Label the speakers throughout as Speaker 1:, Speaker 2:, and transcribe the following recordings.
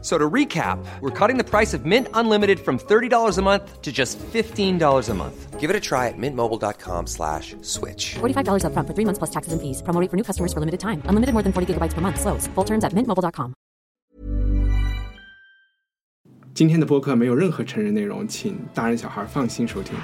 Speaker 1: So to recap, we're cutting the price of Mint Unlimited from $30 a month to just $15 a month. Give it a try at mintmobile.com slash switch.
Speaker 2: $45 upfront for three months plus taxes and fees. Promo rate for new customers for limited time. Unlimited more than 40 gigabytes per month. Slows. Full terms at mintmobile.com.
Speaker 3: 今天的播客没有任何成人内容，请大人小孩放心收听。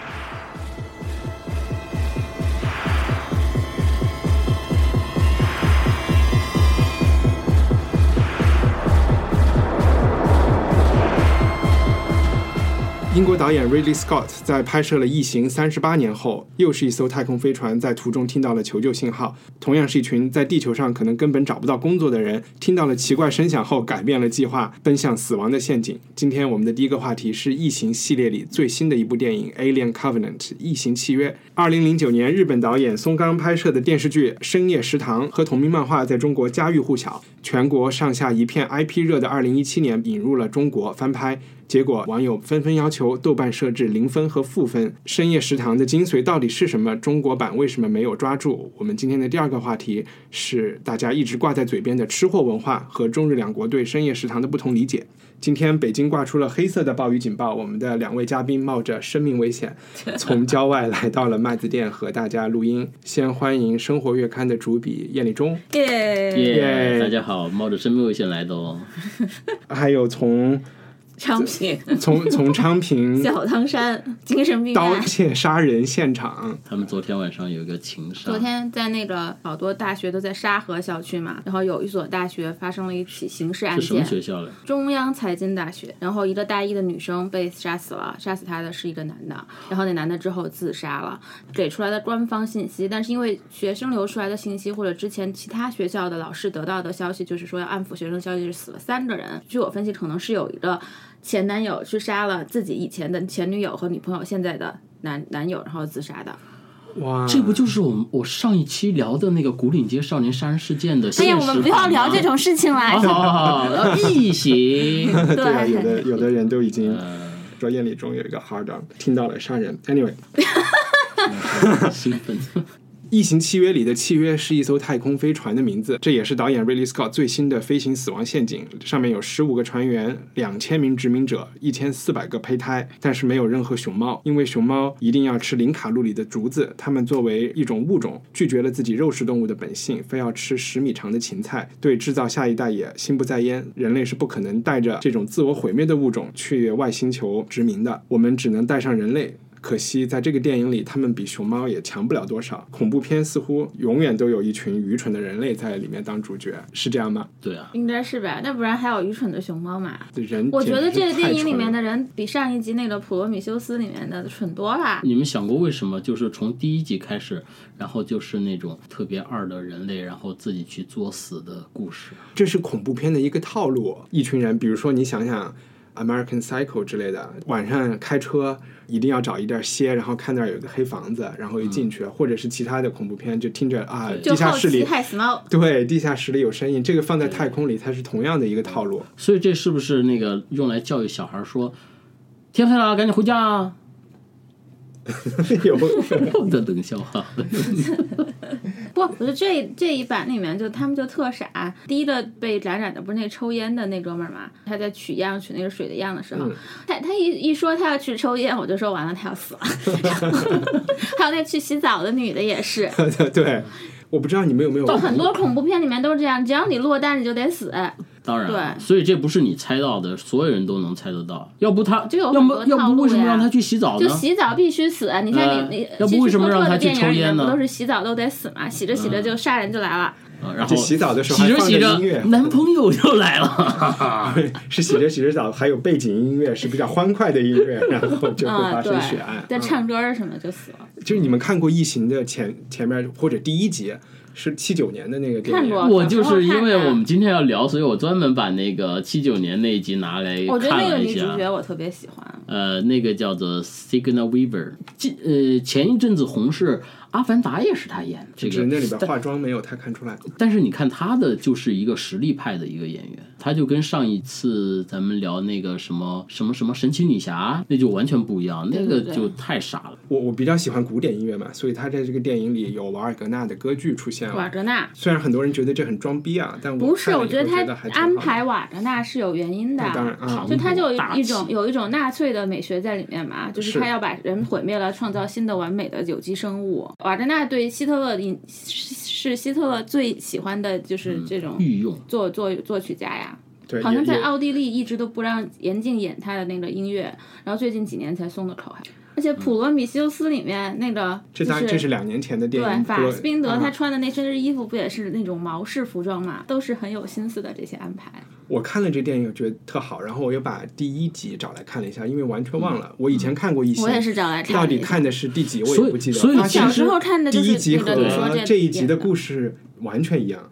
Speaker 3: 英国导演 Ridley Scott 在拍摄了《异形》三十八年后，又是一艘太空飞船在途中听到了求救信号。同样是一群在地球上可能根本找不到工作的人，听到了奇怪声响后，改变了计划，奔向死亡的陷阱。今天我们的第一个话题是《异形》系列里最新的一部电影《Alien Covenant》（异形契约）。二零零九年，日本导演松冈拍摄的电视剧《深夜食堂》和同名漫画在中国家喻户晓，全国上下一片 IP 热的二零一七年引入了中国翻拍。结果，网友纷纷要求豆瓣设置零分和负分。深夜食堂的精髓到底是什么？中国版为什么没有抓住？我们今天的第二个话题是大家一直挂在嘴边的吃货文化和中日两国对深夜食堂的不同理解。今天北京挂出了黑色的暴雨警报，我们的两位嘉宾冒着生命危险从郊外来到了麦子店和大家录音。先欢迎《生活月刊》的主笔燕立中，
Speaker 4: 耶
Speaker 3: 耶
Speaker 4: 大家好，冒着生命危险来的哦。
Speaker 3: 还有从
Speaker 5: 昌平、
Speaker 4: 嗯
Speaker 3: 从从昌平
Speaker 5: 小汤山、精神病
Speaker 3: 刀
Speaker 5: 案。
Speaker 3: 切杀人现场。
Speaker 4: 他们昨天晚上有一个情杀，
Speaker 5: 昨天在那个好多大学都在沙河校区嘛，然后有一所大学发生了一起刑事案
Speaker 4: 是什么
Speaker 5: 件，
Speaker 4: 学校嘞？
Speaker 5: 中央财经大学，然后一个大一的女生被杀死了，杀死她的是一个男的，然后那男的之后自杀了，给出来的官方信息，但是因为学生流出来的信息或者之前其他学校的老师得到的消息，就是说要安抚学生消息是死了三个人，据我分析可能是有一个前男友去杀了自己以前的前女友和女朋友现在的男男友，然后自杀的。
Speaker 3: 哇，
Speaker 4: 这不就是我们我上一期聊的那个古岭街少年杀人事件的
Speaker 5: 哎
Speaker 4: 现实
Speaker 5: 呀，
Speaker 4: 版
Speaker 5: 我
Speaker 4: 吗？哦
Speaker 5: 们不要聊这种事情啦。
Speaker 4: 好。好好，好 异形。
Speaker 3: 对啊，有的
Speaker 5: 对，
Speaker 3: 有的人都已经
Speaker 4: 呃
Speaker 3: 说燕里中有一个 hard on，听到了杀人。Anyway，《
Speaker 4: 兴奋，
Speaker 3: 异形契约》里的契约是一艘太空飞船的名字，这也是导演 Ridley Scott 最新的飞行死亡陷阱。上面有十五个船员、两千名殖民者、一千四百个胚胎，但是没有任何熊猫，因为熊猫一定要吃零卡路里的竹子。它们作为一种物种，拒绝了自己肉食动物的本性，非要吃十米长的芹菜，对制造下一代也心不在焉。人类是不可能带着这种自我毁灭的物种去外星球殖民的，我们只能带上人类。可惜在这个电影里，他们比熊猫也强不了多少。恐怖片似乎永远都有一群愚蠢的人类在里面当主角，是这样吗？
Speaker 4: 对啊，
Speaker 5: 应该是吧，那不然还有愚蠢的熊猫嘛？
Speaker 3: 人
Speaker 5: 我觉得
Speaker 3: 简直
Speaker 5: 这个
Speaker 3: 是
Speaker 5: 电
Speaker 3: 太
Speaker 5: 影里
Speaker 3: 蠢
Speaker 5: 面
Speaker 3: 了
Speaker 5: 的人比上一集那个《普罗米修斯》里面的蠢多了。
Speaker 4: 你们想过为什么？就是从第一集开始，然后就是那种特别二的人类，然后自己去作死的故事。
Speaker 3: 这是恐怖片的一个套路。一群人，比如说你想想。American Psycho 之类的，晚上开车一定要找一地儿歇，然后看那儿有个黑房子，然后一进去，或者是其他的恐怖片，就听着啊，
Speaker 4: 对
Speaker 3: 地
Speaker 5: 就
Speaker 3: 下
Speaker 5: 好
Speaker 3: 室
Speaker 5: 奇
Speaker 3: 里，
Speaker 5: 害死猫，
Speaker 3: 对，地下室里有声音，这个放在太空里，它是同样的一个套路。
Speaker 4: 所以这是不是那个用来教育小孩说，天黑了，赶紧回家啊？
Speaker 3: 有
Speaker 4: 的冷笑话。
Speaker 5: 不，我觉得这这一版里面就他们就特傻。第一个被感染的不是那抽烟的那哥们儿嘛？他在取样取那个水的样的时
Speaker 4: 嗯
Speaker 5: 候，他他一一说他要去抽烟，我就说完了，他要死了。 还有那去洗澡的女的也 是，
Speaker 3: 对，我不知道你们有没 有
Speaker 5: 就很多恐怖片里面都是这样，只要你落单你就得死。
Speaker 4: 当然了，
Speaker 5: 对
Speaker 4: 所以这不是你猜到的，所有人都能猜得到。要不他，
Speaker 5: 这有
Speaker 4: 要
Speaker 5: 很
Speaker 4: 么
Speaker 5: 多
Speaker 4: 要
Speaker 5: 套
Speaker 4: 不
Speaker 5: 路
Speaker 4: 为什么
Speaker 5: 呀
Speaker 4: 让他去洗澡呢
Speaker 5: 就？洗澡必须死，你
Speaker 4: 呃
Speaker 5: 看你你
Speaker 4: 要不
Speaker 5: 希
Speaker 4: 为什
Speaker 5: 区
Speaker 4: 么
Speaker 5: 柯
Speaker 4: 让
Speaker 5: 克
Speaker 4: 他
Speaker 5: 的
Speaker 4: 去
Speaker 5: 电影
Speaker 4: 抽
Speaker 5: 里
Speaker 4: 烟
Speaker 5: 面
Speaker 4: 呢嗯
Speaker 5: 不都是洗澡都得死嘛？洗着洗着就杀人就来了。
Speaker 4: 啊然后
Speaker 3: 就洗澡的时候
Speaker 4: 洗
Speaker 3: 还
Speaker 4: 着
Speaker 3: 放
Speaker 4: 洗
Speaker 3: 着
Speaker 4: 着
Speaker 3: 音乐，
Speaker 4: 男朋友就来 了。
Speaker 3: 是洗着洗着澡，还有背景音乐是比较欢快的音 乐，然后就会
Speaker 5: 啊，
Speaker 3: 发
Speaker 5: 对
Speaker 3: 生血案，。嗯
Speaker 5: 在唱歌儿什么就死了。
Speaker 3: 就是你们看过《异形》的前前面或者第一集，是七九年的那个电影，
Speaker 5: 看过，
Speaker 4: 我
Speaker 5: 小时
Speaker 4: 就
Speaker 5: 候
Speaker 4: 是因
Speaker 5: 看
Speaker 4: 为
Speaker 5: 的
Speaker 4: 我们今天要聊，所以我专门把那个七九年那一集拿来
Speaker 5: 我觉得
Speaker 4: 看
Speaker 5: 那个
Speaker 4: 了
Speaker 5: 女
Speaker 4: 一
Speaker 5: 主
Speaker 4: 下。
Speaker 5: 角我特别喜欢，
Speaker 4: 呃，那个叫做 Signal Weaver，近呃前一阵子红是阿凡达》也是他演的，这
Speaker 3: 只是
Speaker 4: 个
Speaker 3: 那里边化妆没有太看出来。
Speaker 4: 但是你看他的就是一个实力派的一个演员，他就跟上一次咱们聊那个什么什么什么神奇女侠，那就完全不一样，那
Speaker 5: 对
Speaker 4: 个
Speaker 5: 对
Speaker 4: 就太傻了。
Speaker 3: 我我比较喜欢古典音乐嘛，所以他在这个电影里有瓦尔格纳的歌剧出现
Speaker 5: 瓦
Speaker 3: 了。
Speaker 5: 格纳。
Speaker 3: 虽然很多人觉得这很装逼啊，但嗯我
Speaker 5: 不是，
Speaker 3: 看了
Speaker 5: 我
Speaker 3: 以
Speaker 5: 觉得
Speaker 3: 后
Speaker 5: 他
Speaker 3: 还挺
Speaker 5: 安
Speaker 3: 好的
Speaker 5: 排瓦格纳是有原因的，
Speaker 3: 那当然啊
Speaker 5: 就他就有
Speaker 4: 大
Speaker 5: 一
Speaker 4: 气
Speaker 5: 种有一种纳粹的美学在里面嘛，就是
Speaker 3: 是
Speaker 5: 他要把人毁灭了，创造新的完美的有机生物。瓦格纳对希特勒的影是是希特勒最喜欢的
Speaker 3: 嗯
Speaker 5: 就是这种
Speaker 4: 御用
Speaker 5: 作作作曲家呀，
Speaker 3: 对，
Speaker 5: 好像
Speaker 3: 也
Speaker 5: 在
Speaker 3: 也
Speaker 5: 奥地利一直都不让严禁演他的那个音乐，然后最近几年才松了口还。而且《普罗米修斯》里面那个
Speaker 3: 这
Speaker 5: 就
Speaker 3: 当
Speaker 5: 是
Speaker 3: 这是两年前的电
Speaker 5: 对
Speaker 3: 影。
Speaker 5: 法
Speaker 3: 普罗
Speaker 5: 斯宾德
Speaker 3: 啊
Speaker 5: 他穿的那身衣服不也是那种毛式服装嘛，都是很有心思的这些安排。
Speaker 3: 我看了这电影，我觉得特好，然后我又把第一集找来看了一下，因为完全
Speaker 4: 嗯
Speaker 3: 忘了。我以前看过一些，
Speaker 5: 我也是找来看了
Speaker 3: 到
Speaker 5: 一下
Speaker 3: 底看的是第几，我
Speaker 4: 所
Speaker 3: 也
Speaker 4: 以
Speaker 3: 不记得。
Speaker 4: 所以
Speaker 3: 发现
Speaker 5: 小时候看的就
Speaker 3: 第
Speaker 5: 是
Speaker 3: 一集
Speaker 5: 那
Speaker 3: 和
Speaker 5: 个你说这
Speaker 3: 这一集的
Speaker 5: 演的
Speaker 3: 故事完全一样。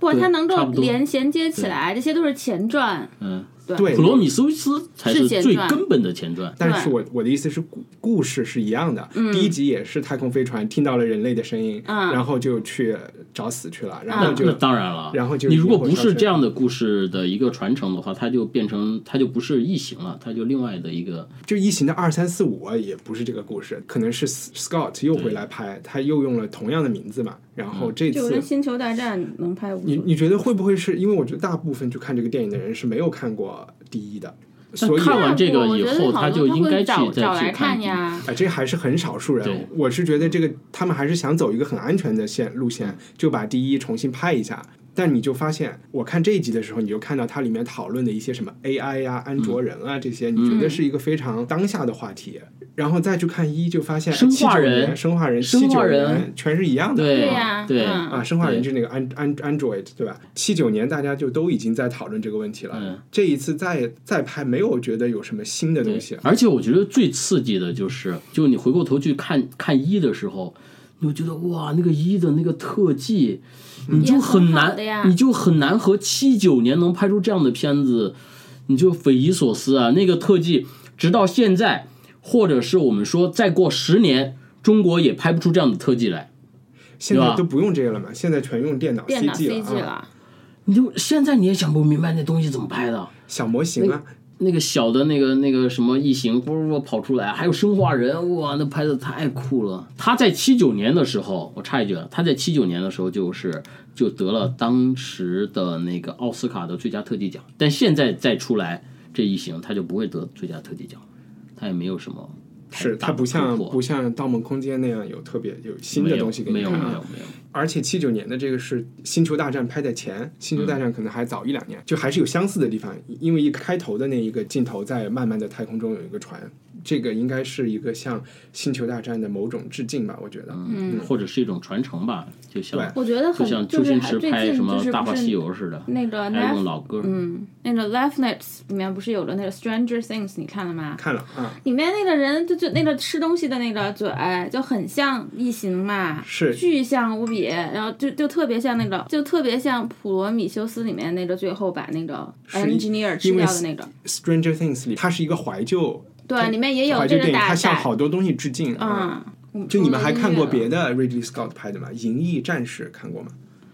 Speaker 5: 不，
Speaker 4: 对
Speaker 5: 它能
Speaker 4: 差
Speaker 5: 够
Speaker 4: 不多
Speaker 5: 连衔接起来，这些都是前传。
Speaker 4: 嗯，
Speaker 3: 对
Speaker 4: 普，罗米修斯才是
Speaker 5: 是前
Speaker 4: 最
Speaker 5: 传
Speaker 4: 根本的前传。
Speaker 3: 但是我我的意思是故故事是一样的。
Speaker 5: 嗯
Speaker 3: 第一集也是太空飞船听到了人类的声音，然后就去找死去了，然后
Speaker 4: 那
Speaker 3: 就
Speaker 4: 那当然了，
Speaker 3: 然后就
Speaker 4: 你如果不
Speaker 3: 萤火
Speaker 4: 是
Speaker 3: 烧
Speaker 4: 这样的故事的一个传承的话，它就变成它就不是异形了，它就另外的一个
Speaker 3: 就《异形》的二三四五啊也不是这个故事，可能是 Scott 又回来拍，他又用了同样的名字嘛。然后这
Speaker 5: 就
Speaker 3: 次、
Speaker 5: 跟《星球大战》能拍无
Speaker 3: 你
Speaker 5: 数。
Speaker 3: 你觉得会不会是因为我觉得大部分去看这个电影的人是没有看过第一的，所以
Speaker 4: 看完这个
Speaker 5: 我
Speaker 4: 以
Speaker 5: 觉得
Speaker 4: 后，
Speaker 5: 好多
Speaker 4: 就应
Speaker 5: 会
Speaker 4: 该去
Speaker 5: 找
Speaker 4: 再
Speaker 5: 找
Speaker 4: 去
Speaker 5: 来
Speaker 4: 看
Speaker 5: 看
Speaker 4: 第一。
Speaker 5: 呀。
Speaker 3: 哎，这还是很少数人
Speaker 4: 对。
Speaker 3: 我是觉得这个他们还是想走一个很安全的线路线，就把第一重新拍一下。但你就发现，我看这一集的时候，你就看到它里面讨论的一些什么 AI 呀、安卓人啊这些，你觉得
Speaker 4: 嗯
Speaker 3: 是一个非常当下的话题。然后再去看一，就发现
Speaker 4: 生化
Speaker 3: 79
Speaker 4: 人
Speaker 3: 年生化人、七
Speaker 4: 生
Speaker 3: 九
Speaker 4: 化人
Speaker 3: 年全是一样的。
Speaker 4: 对
Speaker 5: 对呀
Speaker 4: 对
Speaker 5: 嗯
Speaker 3: 啊，生化人就是那个安安 Android 对吧？七九年大家就都已经在讨论这个问题了。
Speaker 4: 嗯
Speaker 3: 这一次再再拍，没有觉得有什么新的东西。啊
Speaker 4: 而且我觉得最刺激的就是，就你回过头去看看一的时候，你会觉得哇，那个一的那个特技，
Speaker 3: 嗯
Speaker 4: 你就很
Speaker 5: 也很好
Speaker 4: 难
Speaker 5: 的呀，
Speaker 4: 你就很难和七九年能拍出这样的片子，你就匪夷所思啊！那个特技，直到现在，或者是我们说再过十年，中国也拍不出这样的特技来。
Speaker 3: 现
Speaker 4: 对
Speaker 3: 在
Speaker 4: 吧
Speaker 3: 都不用这个了嘛，现在全用电脑
Speaker 5: 电脑
Speaker 3: CG 了
Speaker 5: CG
Speaker 3: 啊，
Speaker 5: 了，
Speaker 4: 你就现在你也想不明白那东西怎么拍的。
Speaker 3: 小模型啊，
Speaker 4: 那个小的那个那个什么异形，啵啵啵跑出来，还有生化人，哇，那拍的太酷了。他在七九年的时候，我插一句啊，他在七九年的时候就是就得了当时的那个奥斯卡的最佳特技奖，但现在再出来这异形，他就不会得最佳特技奖，他也没有什么太
Speaker 3: 是
Speaker 4: 大
Speaker 3: 它
Speaker 4: 的
Speaker 3: 不像
Speaker 4: 突破
Speaker 3: 不像《盗梦空间》那样有特别有新
Speaker 4: 没
Speaker 3: 的
Speaker 4: 有
Speaker 3: 东西给
Speaker 4: 没
Speaker 3: 你
Speaker 4: 有
Speaker 3: 看
Speaker 4: 没有没有
Speaker 3: 啊。，而且七九年的这个是《星球大战》拍在前，《星球大战》可能还早一两年，就还是有相似的地方，因为一开头的那一个镜头在慢慢的太空中有一个船，这个应该是一个向《星球大战》的某种致敬吧，我觉得。
Speaker 4: 嗯，或者是一种传承吧，就像
Speaker 3: 对
Speaker 5: 我觉得
Speaker 4: 就
Speaker 5: 很
Speaker 4: 像周
Speaker 5: 就是
Speaker 4: 星
Speaker 5: 还
Speaker 4: 驰
Speaker 5: 最
Speaker 4: 拍
Speaker 5: 近
Speaker 4: 什
Speaker 5: 就
Speaker 4: 么
Speaker 5: 是
Speaker 4: 《大
Speaker 5: 不
Speaker 4: 话
Speaker 5: 是
Speaker 4: 西游》似的，
Speaker 5: 那个
Speaker 4: 还有那种
Speaker 5: Netf-
Speaker 4: 老歌，
Speaker 5: 那个 Left Nights 里面不是有了那个 Stranger Things 你看了吗？
Speaker 3: 看了啊，
Speaker 5: 里面那个人就就那个吃东西的那个嘴就很像异形嘛，
Speaker 3: 是
Speaker 5: 巨像无比，然后就就特别像那个，就特别像《普罗米修斯》里面那个最后把那个
Speaker 3: 是
Speaker 5: engineer 吃
Speaker 3: 因为
Speaker 5: 掉的那个，
Speaker 3: 《Stranger Things》里它是一个怀旧，
Speaker 5: 对，啊里面也有
Speaker 3: 怀
Speaker 5: 这
Speaker 3: 旧
Speaker 5: 个
Speaker 3: 电影，
Speaker 5: 打
Speaker 3: 它向
Speaker 5: 打，
Speaker 3: 好多东西致敬啊。
Speaker 5: 嗯，我们
Speaker 3: 就你们还看过
Speaker 5: 说到音乐
Speaker 3: 别
Speaker 5: 了？
Speaker 3: 的 Ridley Scott 拍的吗？《银翼战士》看过吗？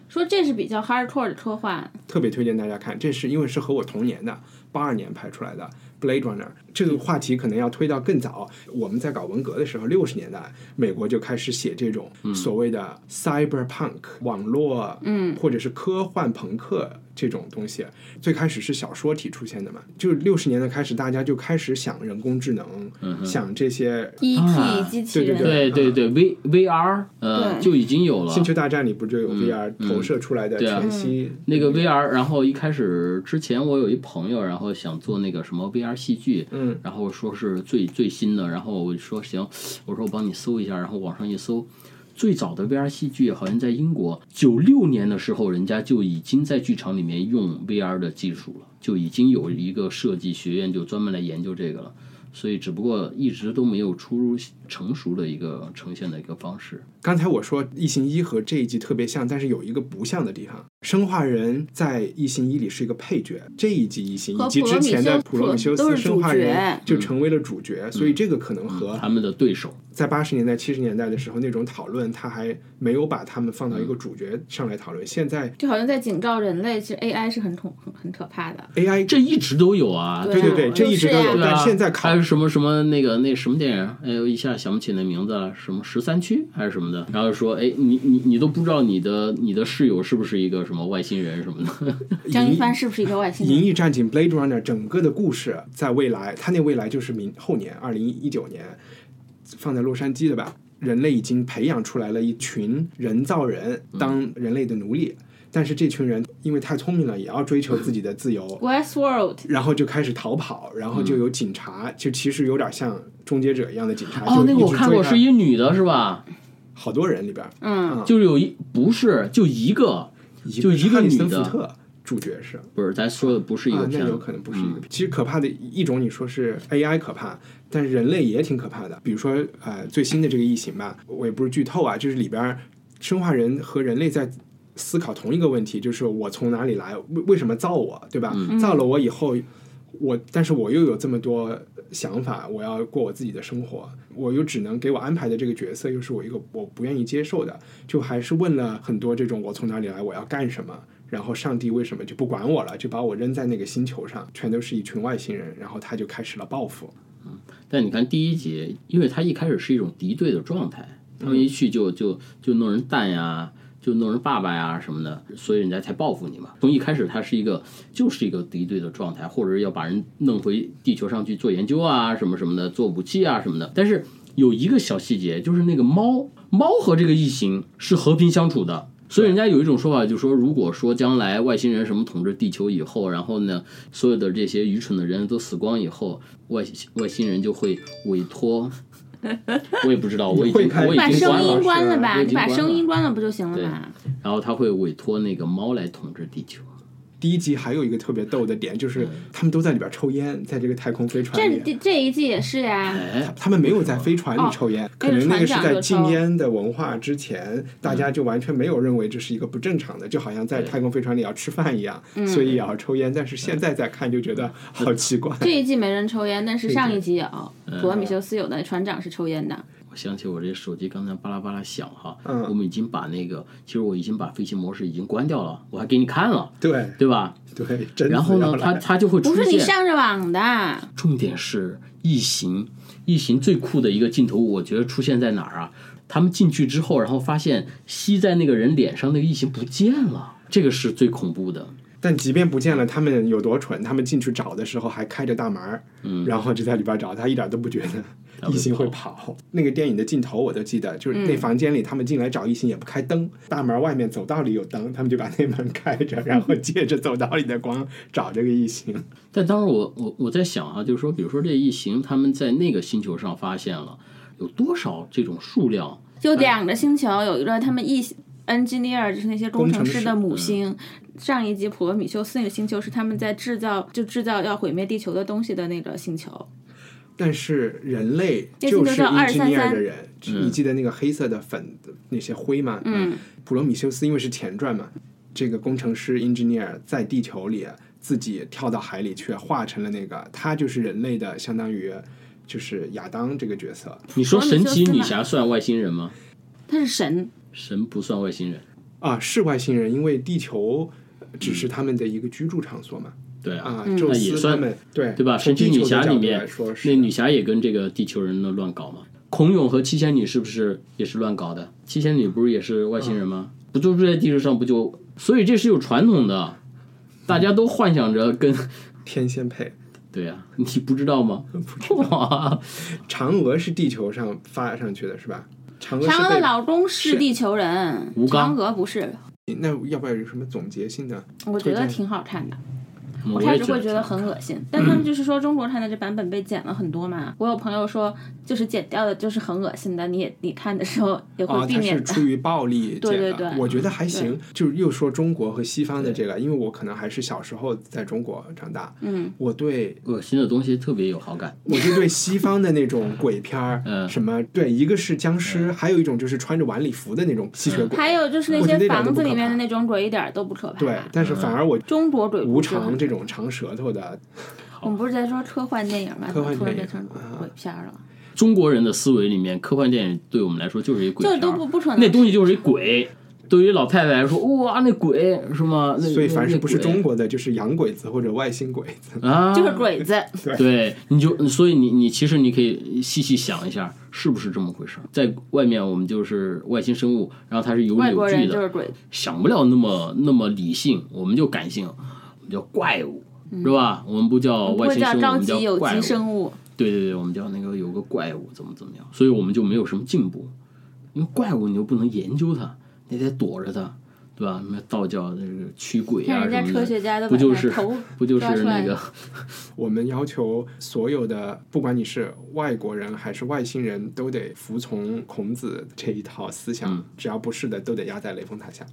Speaker 5: 说这是比较 hardcore 的科幻，
Speaker 3: 特别推荐大家看，这是因为是和我同年的，八二年拍出来的《Blade Runner》。这个话题可能要推到更早，我们在搞文革的时候，六十年代美国就开始写这种
Speaker 4: 嗯
Speaker 3: 所谓的 cyberpunk 网络，嗯，或者是科幻朋克这种东西。最开始是小说体出现的嘛，就六十年代开始，大家就开始想人工智能，
Speaker 4: 嗯
Speaker 3: 想这些。
Speaker 5: E.T. ，E
Speaker 3: 啊
Speaker 5: 机器人，
Speaker 4: 对对对，V V R，呃，
Speaker 5: 对
Speaker 4: 就已经有了
Speaker 3: 星球大战里不就有 VR 投射出来的
Speaker 4: 嗯对啊
Speaker 3: 全息
Speaker 4: 那个 V R。然后一开始之前，我有一朋友，然后想做那个什么 V R 戏剧，嗯，然后说是最最新的，然后我就说行，我说我帮你搜一下，然后网上一搜。最早的 VR 戏剧好像在英国，九六年的时候，人家就已经在剧场里面用 VR 的技术了，就已经有一个设计学院就专门来研究这个了，所以只不过一直都没有出成熟的一个呈现的一个方式。
Speaker 3: 刚才我说《异形一》和这一集特别像，但是有一个不像的地方。生化人在《异形一》里是一个配角，这一集《异形》
Speaker 5: 和
Speaker 3: 以及之前的普罗米修
Speaker 5: 普罗
Speaker 3: 斯
Speaker 5: 米修斯
Speaker 3: 生化
Speaker 5: 都是主
Speaker 3: 人
Speaker 5: 角
Speaker 3: 就成为了主角，所以这个可能和
Speaker 4: 嗯他们的对手，
Speaker 3: 在八十年代、七十年代的时候，那种讨论他还没有把他们放到一个主角上来讨论。现在
Speaker 5: 就好像在警告人类，其实 AI 是很恐很很可怕的。
Speaker 3: AI
Speaker 4: 这一直都有啊，
Speaker 5: 对
Speaker 3: 对对对，
Speaker 5: 啊
Speaker 3: 这一直都
Speaker 5: 就是
Speaker 3: 有，
Speaker 5: 啊
Speaker 3: 但现在考
Speaker 4: 还有什么什么那个那什么电影？哎，我一下想不起那名字了，什么十三区还是什么的。然后说，哎，你你你都不知道你的你的室友是不是一个什么外星人什么 的。
Speaker 5: 张一
Speaker 3: 银
Speaker 5: 帆是不是一
Speaker 4: 嗯
Speaker 5: 个外星
Speaker 3: 《银
Speaker 5: 人？
Speaker 3: 翼战警》（Blade Runner） 整个的故事，在未来，它那未来就是明后年二零一九年，放在洛杉矶的吧。人类已经培养出来了一群人造人
Speaker 4: 嗯
Speaker 3: 当人类的奴隶，但是这群人因为太聪明了，也要追求自己的自由，
Speaker 5: West World
Speaker 3: 然后就开始逃跑，然后就有警察，就其实有点像终结者一样的警察，
Speaker 4: 哦，
Speaker 3: 啊就
Speaker 4: 那
Speaker 3: 一嗯
Speaker 4: 个我
Speaker 3: 直
Speaker 4: 看
Speaker 3: 追
Speaker 4: 过，
Speaker 3: 他
Speaker 4: 是一女的，是吧？
Speaker 3: 好多人里边，嗯，
Speaker 4: 就是有一不是就一个，就一
Speaker 3: 哈
Speaker 4: 个
Speaker 3: 里
Speaker 4: 女
Speaker 3: 森福
Speaker 4: 的。
Speaker 3: 特主角是，
Speaker 4: 不是，咱说的不是一个嗯
Speaker 3: 啊，
Speaker 4: 片
Speaker 3: 那
Speaker 4: 子，
Speaker 3: 有可能不是一个。其实可怕的一种，你说是 AI 可怕，但是人类也挺可怕的。比如说呃，最新的这个异形吧，我也不是剧透啊，就是里边儿生化人和人类在。思考同一个问题，就是我从哪里来，为为什么造我，对吧？
Speaker 4: 嗯
Speaker 3: 造了我以后，我但是我又有这么多想法，我要过我自己的生活，我又只能给我安排的这个角色，又是我一个我不愿意接受的，就还是问了很多这种我从哪里来，我要干什么，然后上帝为什么就不管我了，就把我扔在那个星球上，全都是一群外星人，然后他就开始了报复。
Speaker 4: 但你看第一集，因为它一开始是一种敌对的状态，他们一去就就就弄人蛋呀，就弄人爸爸呀什么的，所以人家才报复你嘛。从一开始它是一个就是一个敌对的状态，或者是要把人弄回地球上去做研究啊什么什么的，做武器啊什么的。但是有一个小细节，就是那个猫猫和这个异形是和平相处的。所以人家有一种说法，就说如果说将来外星人什么统治地球以后，然后呢，所有的这些愚蠢的人都死光以后，外星外星人就会委托，我也不知道，我已经
Speaker 3: 会开
Speaker 4: 我已
Speaker 5: 把
Speaker 4: 经
Speaker 5: 声
Speaker 4: 关
Speaker 5: 音
Speaker 4: 了，
Speaker 5: 关了吧，
Speaker 4: 我已
Speaker 5: 你
Speaker 4: 经
Speaker 5: 把
Speaker 4: 关了
Speaker 5: 声音关了不就行了
Speaker 4: 对
Speaker 5: 吗？
Speaker 4: 然后他会委托那个猫来统治地球。
Speaker 3: 第一集还有一个特别逗的点，
Speaker 4: 嗯
Speaker 3: 就是他们都在里边抽烟，在这个太空飞船
Speaker 5: 这
Speaker 3: 里。
Speaker 5: 这这一季也是呀、
Speaker 4: 哎，
Speaker 3: 他们没有在飞船里抽烟，可能那个是在禁烟的文化之前，大家就完全没有认为这是一个不正常的，就好像在太空飞船里要吃饭一样，
Speaker 4: 嗯
Speaker 3: 所以也要抽烟。但是现在再看就觉得好奇怪。
Speaker 5: 这一季没人抽烟，但是上一集有。普罗米修斯有的船长是抽烟的，
Speaker 4: 我想起我这手机刚才巴拉巴拉响哈，
Speaker 3: 嗯
Speaker 4: 我们已经把那个，其实我已经把飞行模式已经关掉了，我还给你看了，
Speaker 3: 对
Speaker 4: 对吧？
Speaker 3: 对，真的
Speaker 4: 然后
Speaker 3: 要
Speaker 4: 呢，
Speaker 3: 来
Speaker 4: 它它就会出
Speaker 5: 不
Speaker 4: 现。
Speaker 5: 是你上着网的，
Speaker 4: 重点是异形，异形最酷的一个镜头，我觉得出现在哪儿啊？他们进去之后，然后发现吸在那个人脸上那个异形不见了，这个是最恐怖的。
Speaker 3: 但即便不见了，他们有多蠢？他们进去找的时候还开着大门儿，然后就在里边找，他一点都不觉得
Speaker 4: 会
Speaker 3: 异形会跑。那个电影的镜头我都记得，就是那房间里他们进来找异形也不开灯，大门外面走道里有灯，他们就把那门开着，然后借着走道里的光找这个异形。
Speaker 4: 但当时我我我在想啊，就是说，比如说这异形，他们在那个星球上发现了有多少这种数量？
Speaker 5: 就两个星球有一个他们一 engineer 就是那些工程师的母星。上一集普罗米修斯那个星球是他们在制造，就制造要毁灭地球的东西的那个星球。
Speaker 3: 但是人类
Speaker 5: 那
Speaker 3: 就
Speaker 5: 星
Speaker 3: 是
Speaker 5: 球叫
Speaker 3: 1233
Speaker 5: 1233
Speaker 3: 的人，
Speaker 4: 嗯
Speaker 3: 你记得那个黑色的粉的那些灰吗？嗯，普罗米修斯因为是前传嘛，这个工程师 engineer 在地球里自己跳到海里去，化成了那个，他就是人类的相当于就是亚当这个角色
Speaker 4: 你说
Speaker 5: 普罗
Speaker 4: 神
Speaker 5: 米修斯
Speaker 4: 奇
Speaker 5: 嘛
Speaker 4: 女侠算外星人吗？
Speaker 5: 他是神，
Speaker 4: 神不算外星人。
Speaker 3: 啊，是外星人，因为地球只是他们的一个居住场所嘛。
Speaker 4: 对啊，
Speaker 3: 啊，
Speaker 5: 嗯
Speaker 3: 宙
Speaker 4: 那也
Speaker 3: 斯
Speaker 4: 算
Speaker 3: 他们对
Speaker 4: 对吧？
Speaker 3: 从
Speaker 4: 神奇
Speaker 3: 地球
Speaker 4: 女
Speaker 3: 的
Speaker 4: 侠
Speaker 3: 角
Speaker 4: 里
Speaker 3: 度
Speaker 4: 面
Speaker 3: 来说，是
Speaker 4: 那女侠也跟这个地球人的乱搞嘛。孔勇和七仙女是不是也是乱搞的？七仙女不是也是外星人
Speaker 3: 嗯
Speaker 4: 吗？不就住在地球上，不就？所以这是有传统的，大家都幻想着跟
Speaker 3: 天仙配。
Speaker 4: 对呀、你不知道吗？ 哇，
Speaker 3: 嫦娥是地球上发上去的是吧？嫦娥是
Speaker 5: 嫦娥
Speaker 3: 被
Speaker 5: 的老公
Speaker 3: 是
Speaker 5: 是地球人，
Speaker 4: 吴刚
Speaker 5: 嫦娥不是。
Speaker 3: 那要不要有什么总结性的？
Speaker 5: 我觉
Speaker 3: 推
Speaker 5: 得
Speaker 3: 荐
Speaker 5: 挺好看的，
Speaker 4: 我
Speaker 5: 我
Speaker 4: 也
Speaker 5: 开始会觉得很恶心，但他们就是说中国看的这版本被剪了很多嘛。我有朋友说，就是剪掉的，就是很恶心的，你也你看的时候也
Speaker 3: 啊，
Speaker 5: 会避
Speaker 3: 它
Speaker 5: 免
Speaker 3: 是
Speaker 5: 的。
Speaker 3: 出于暴力
Speaker 5: 对
Speaker 3: 解
Speaker 5: 对
Speaker 3: 的
Speaker 5: 对
Speaker 3: 我觉得还行。就是又说中国和西方的这个，因为我可能还是小时候在中国长大，嗯，我对
Speaker 4: 恶心的东西特别有好感。
Speaker 3: 我就对西方的那种鬼片儿，
Speaker 4: 嗯
Speaker 3: 什么对，一个是僵尸，还有一种就是穿着晚礼服的那种吸血鬼，
Speaker 5: 嗯还有嗯就是那
Speaker 3: 我觉得一
Speaker 5: 些
Speaker 3: 点都
Speaker 5: 房
Speaker 3: 不
Speaker 5: 子
Speaker 3: 可
Speaker 5: 里面
Speaker 3: 怕
Speaker 5: 的那种鬼，一点儿都不可怕。
Speaker 3: 对，但是反而我
Speaker 5: 中国鬼
Speaker 3: 无
Speaker 5: 故事
Speaker 3: 常
Speaker 5: 很，
Speaker 3: 这种长舌头的，
Speaker 5: 我们不是在说科幻电影吗？
Speaker 3: 科幻
Speaker 5: 突然
Speaker 3: 电
Speaker 5: 变
Speaker 3: 影
Speaker 5: 成鬼片儿了。
Speaker 4: 中国人的思维里面，科幻电影对我们来说就是一鬼片
Speaker 5: 就
Speaker 4: 儿，
Speaker 5: 都不不可能
Speaker 4: 那东西就是一鬼。对于老太太来说，哇，那鬼是吗？
Speaker 5: 嗯
Speaker 4: 那
Speaker 3: 所以凡是不是中
Speaker 4: 国
Speaker 3: 国的，就是洋鬼子或者外星鬼子。
Speaker 4: 啊，
Speaker 5: 就是鬼子，
Speaker 4: 对，你就所以你你其实你可以细细想一下，是不是这么回事儿？在外面我们就是外星生物，然后它是有
Speaker 5: 外
Speaker 4: 理有
Speaker 5: 国
Speaker 4: 据
Speaker 5: 人就
Speaker 4: 的
Speaker 5: 是，鬼子。
Speaker 4: 想不了那么那么理性，我们就感性，我们叫怪物，是吧？我们不叫
Speaker 5: 嗯不
Speaker 4: 哦外
Speaker 5: 会
Speaker 4: 星
Speaker 5: 叫
Speaker 4: 生物，我
Speaker 5: 着
Speaker 4: 们
Speaker 5: 急
Speaker 4: 叫
Speaker 5: 有
Speaker 4: 怪
Speaker 5: 机
Speaker 4: 物。
Speaker 5: 生物，
Speaker 4: 对对对，我们叫那个有个怪物怎么怎么样，所以我们就没有什么进步，因为怪物你又不能研究它，你得躲着它，对吧？什么道教的这个驱鬼啊
Speaker 5: 看
Speaker 4: 什
Speaker 5: 人家
Speaker 4: 么
Speaker 5: 科学
Speaker 4: 的，
Speaker 5: 家都
Speaker 4: 不
Speaker 5: 把
Speaker 4: 就
Speaker 5: 它
Speaker 4: 是
Speaker 5: 头
Speaker 4: 不就是
Speaker 5: 抓出
Speaker 4: 那
Speaker 5: 来
Speaker 4: 个
Speaker 5: 了
Speaker 3: 我们要求所有的，不管你是外国人还是外星人，都得服从孔子这一套思想，
Speaker 4: 嗯
Speaker 3: 只要不是的，都得压在雷峰塔下。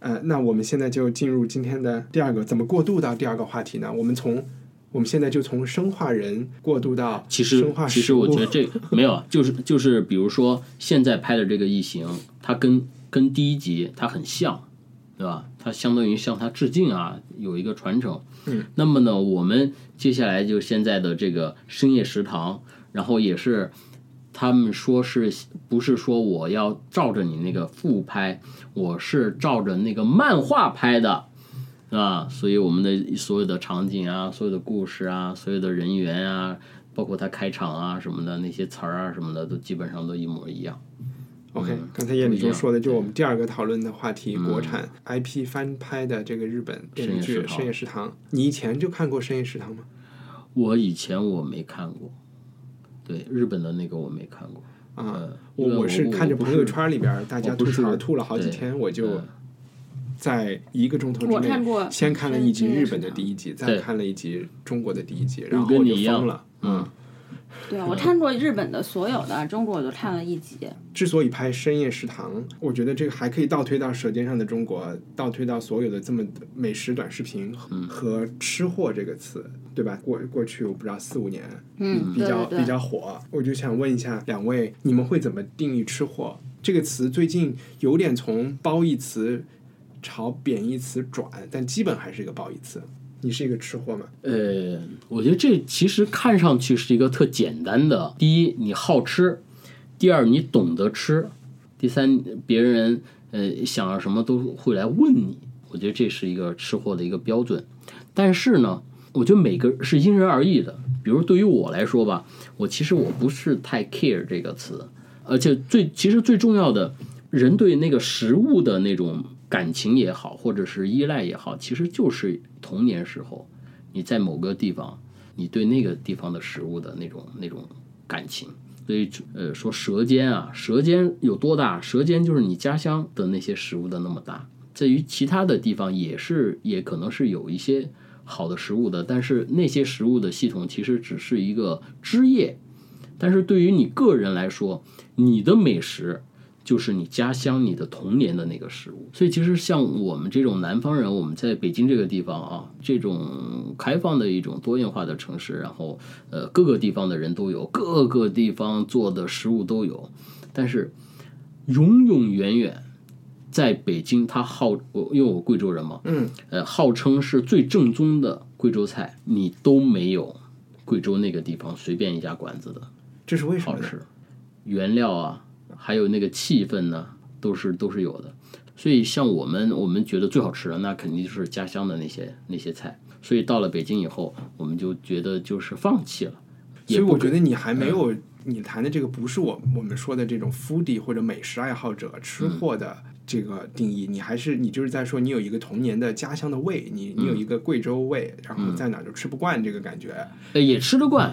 Speaker 3: 呃，那我们现在就进入今天的第二个，怎么过渡到第二个话题呢？我们从我们现在就从生化人过渡到
Speaker 4: 其实
Speaker 3: 生化
Speaker 4: 其
Speaker 3: 食
Speaker 4: 实我
Speaker 3: 物
Speaker 4: 觉得这个没有，就是就是比如说现在拍的这个《异形》，它跟跟第一集它很像，对吧？它相当于向它致敬啊，有一个传承。嗯，那么呢，我们接下来就现在的这个深夜食堂，然后也是。他们说是不是说我要照着你那个复拍，我是照着那个漫画拍的，啊，所以我们的所有的场景啊，所有的故事啊，所有的人员啊，包括他开场啊什么的那些词儿啊什么的，都基本上都一模一样。
Speaker 3: OK，刚
Speaker 4: 嗯
Speaker 3: 才叶礼
Speaker 4: 不一
Speaker 3: 中
Speaker 4: 样
Speaker 3: 说的就是我们第二个讨论的话题，
Speaker 4: 嗯
Speaker 3: 国产 IP 翻拍的这个日本电视剧
Speaker 4: 深夜食
Speaker 3: 《
Speaker 4: 堂
Speaker 3: 深夜食堂》，你以前就看过《深夜食堂》吗？
Speaker 4: 我以前我没看过，对日本的那个我没看过。
Speaker 3: 啊，
Speaker 4: 因为
Speaker 3: 我
Speaker 4: 我
Speaker 3: 是看着朋友圈里边儿大家
Speaker 4: 我不
Speaker 3: 吐
Speaker 4: 是
Speaker 3: 槽吐了好几
Speaker 4: 对
Speaker 3: 天，我就
Speaker 4: 嗯
Speaker 3: 在一个钟头
Speaker 5: 我
Speaker 3: 之
Speaker 5: 看过
Speaker 3: 内，先看了
Speaker 5: 深
Speaker 3: 一集
Speaker 5: 深夜
Speaker 3: 日
Speaker 5: 食
Speaker 3: 本的
Speaker 5: 堂
Speaker 3: 第一集，再
Speaker 4: 对
Speaker 3: 看了一集中国的第一集，然后
Speaker 4: 跟
Speaker 3: 我
Speaker 4: 你
Speaker 3: 就
Speaker 4: 一
Speaker 3: 疯
Speaker 4: 样
Speaker 3: 了。嗯，
Speaker 5: 对啊，我看过日本的所有的，中国我就看了一集。
Speaker 3: 之所以拍《深夜食堂》，我觉得这个还可以倒推到《舌尖上的中国》，倒推到所有的这么美食短视频和吃货这个词，对吧？过过去我不知道四五年，
Speaker 5: 嗯，
Speaker 3: 比
Speaker 5: 对
Speaker 3: 较
Speaker 5: 对对，
Speaker 3: 比较火。我就想问一下两位，你们会怎么定义“吃货”这个词？最近有点从褒义词朝贬义词转，但基本还是一个褒义词。你是一个吃货吗？
Speaker 4: 呃，我觉得这其实看上去是一个特简单的。第一，你好吃；第二，你懂得吃；第三，别人呃想要什么都会来问你。我觉得这是一个吃货的一个标准。但是呢，我觉得每个是因人而异的。比如对于我来说吧，我其实我不是太 care 这个词，而且最其实最重要的，人对那个食物的那种感情也好，或者是依赖也好，其实就是童年时候。你在某个地方，你对那个地方的食物的那种那种感情。所以，呃，说舌尖啊，舌尖有多大？舌尖就是你家乡的那些食物的那么大。至于其他的地方，也是也可能是有一些好的食物的，但是那些食物的系统其实只是一个枝叶。但是对于你个人来说，你的美食就是你家乡、你的童年的那个食物。所以其实像我们这种南方人，我们在北京这个地方啊，这种开放的一种多元化的城市，然后呃各个地方的人都有，各个地方做的食物都有，但是永永远远。在北京，它号我因为我贵州人嘛，嗯，呃，号称是最正宗的贵州菜，你都没有贵州那个地方随便一家馆子的
Speaker 3: 这是为什么
Speaker 4: 好
Speaker 3: 呢？
Speaker 4: 吃，原料啊，还有那个气氛呢、都是都是有的。所以像我们，我们觉得最好吃的，那肯定就是家乡的那些那些菜。所以到了北京以后，我们就觉得就是放弃了。
Speaker 3: 所以
Speaker 4: 也不嗯
Speaker 3: 我觉得你还没有、你谈的这个不是我我们说的这种 foodie 或者美食爱好者、
Speaker 4: 嗯
Speaker 3: 吃货的这个定义，你还是你就是在说你有一个童年的家乡的味，你你
Speaker 4: 嗯
Speaker 3: 有一个贵州味，然后在哪儿就吃不惯这个感觉。
Speaker 4: 呃，也吃得惯，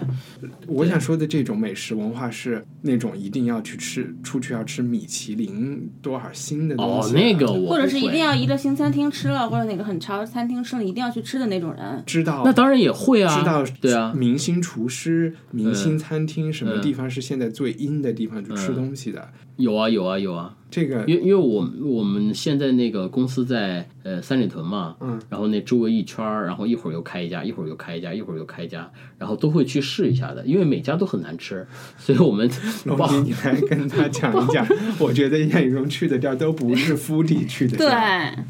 Speaker 3: 我想说的这种美食文化是那种一定要去吃，出去要吃米其林多少星的东
Speaker 4: 哦
Speaker 3: 西、，
Speaker 4: 那个我
Speaker 5: 或者
Speaker 4: 不
Speaker 5: 是一
Speaker 4: 会
Speaker 5: 定要
Speaker 3: 嗯
Speaker 5: 一个新餐厅吃了，或者哪个很潮的餐厅吃了，一定要去吃的那种人。
Speaker 3: 知道
Speaker 4: 那当然也会啊，
Speaker 3: 知道
Speaker 4: 对啊，嗯
Speaker 3: 明星厨师、明星餐厅什么地方是现在最阴的地方去吃东西的，
Speaker 4: 有啊有啊有啊，
Speaker 3: 这个
Speaker 4: 因为因为我们我们现在那个公司在呃三里屯嘛，
Speaker 3: 嗯，
Speaker 4: 然后那周围一圈儿，然后一会儿又开一家，一会儿又开一家，一会儿又开一家，然后都会去试一下的，因为每家都很难吃，所以我 们
Speaker 3: 龙
Speaker 4: 哇
Speaker 3: 迪，你来跟他讲一讲。我觉得燕雨中去的地儿都不是夫地去的地
Speaker 5: 对
Speaker 3: 儿，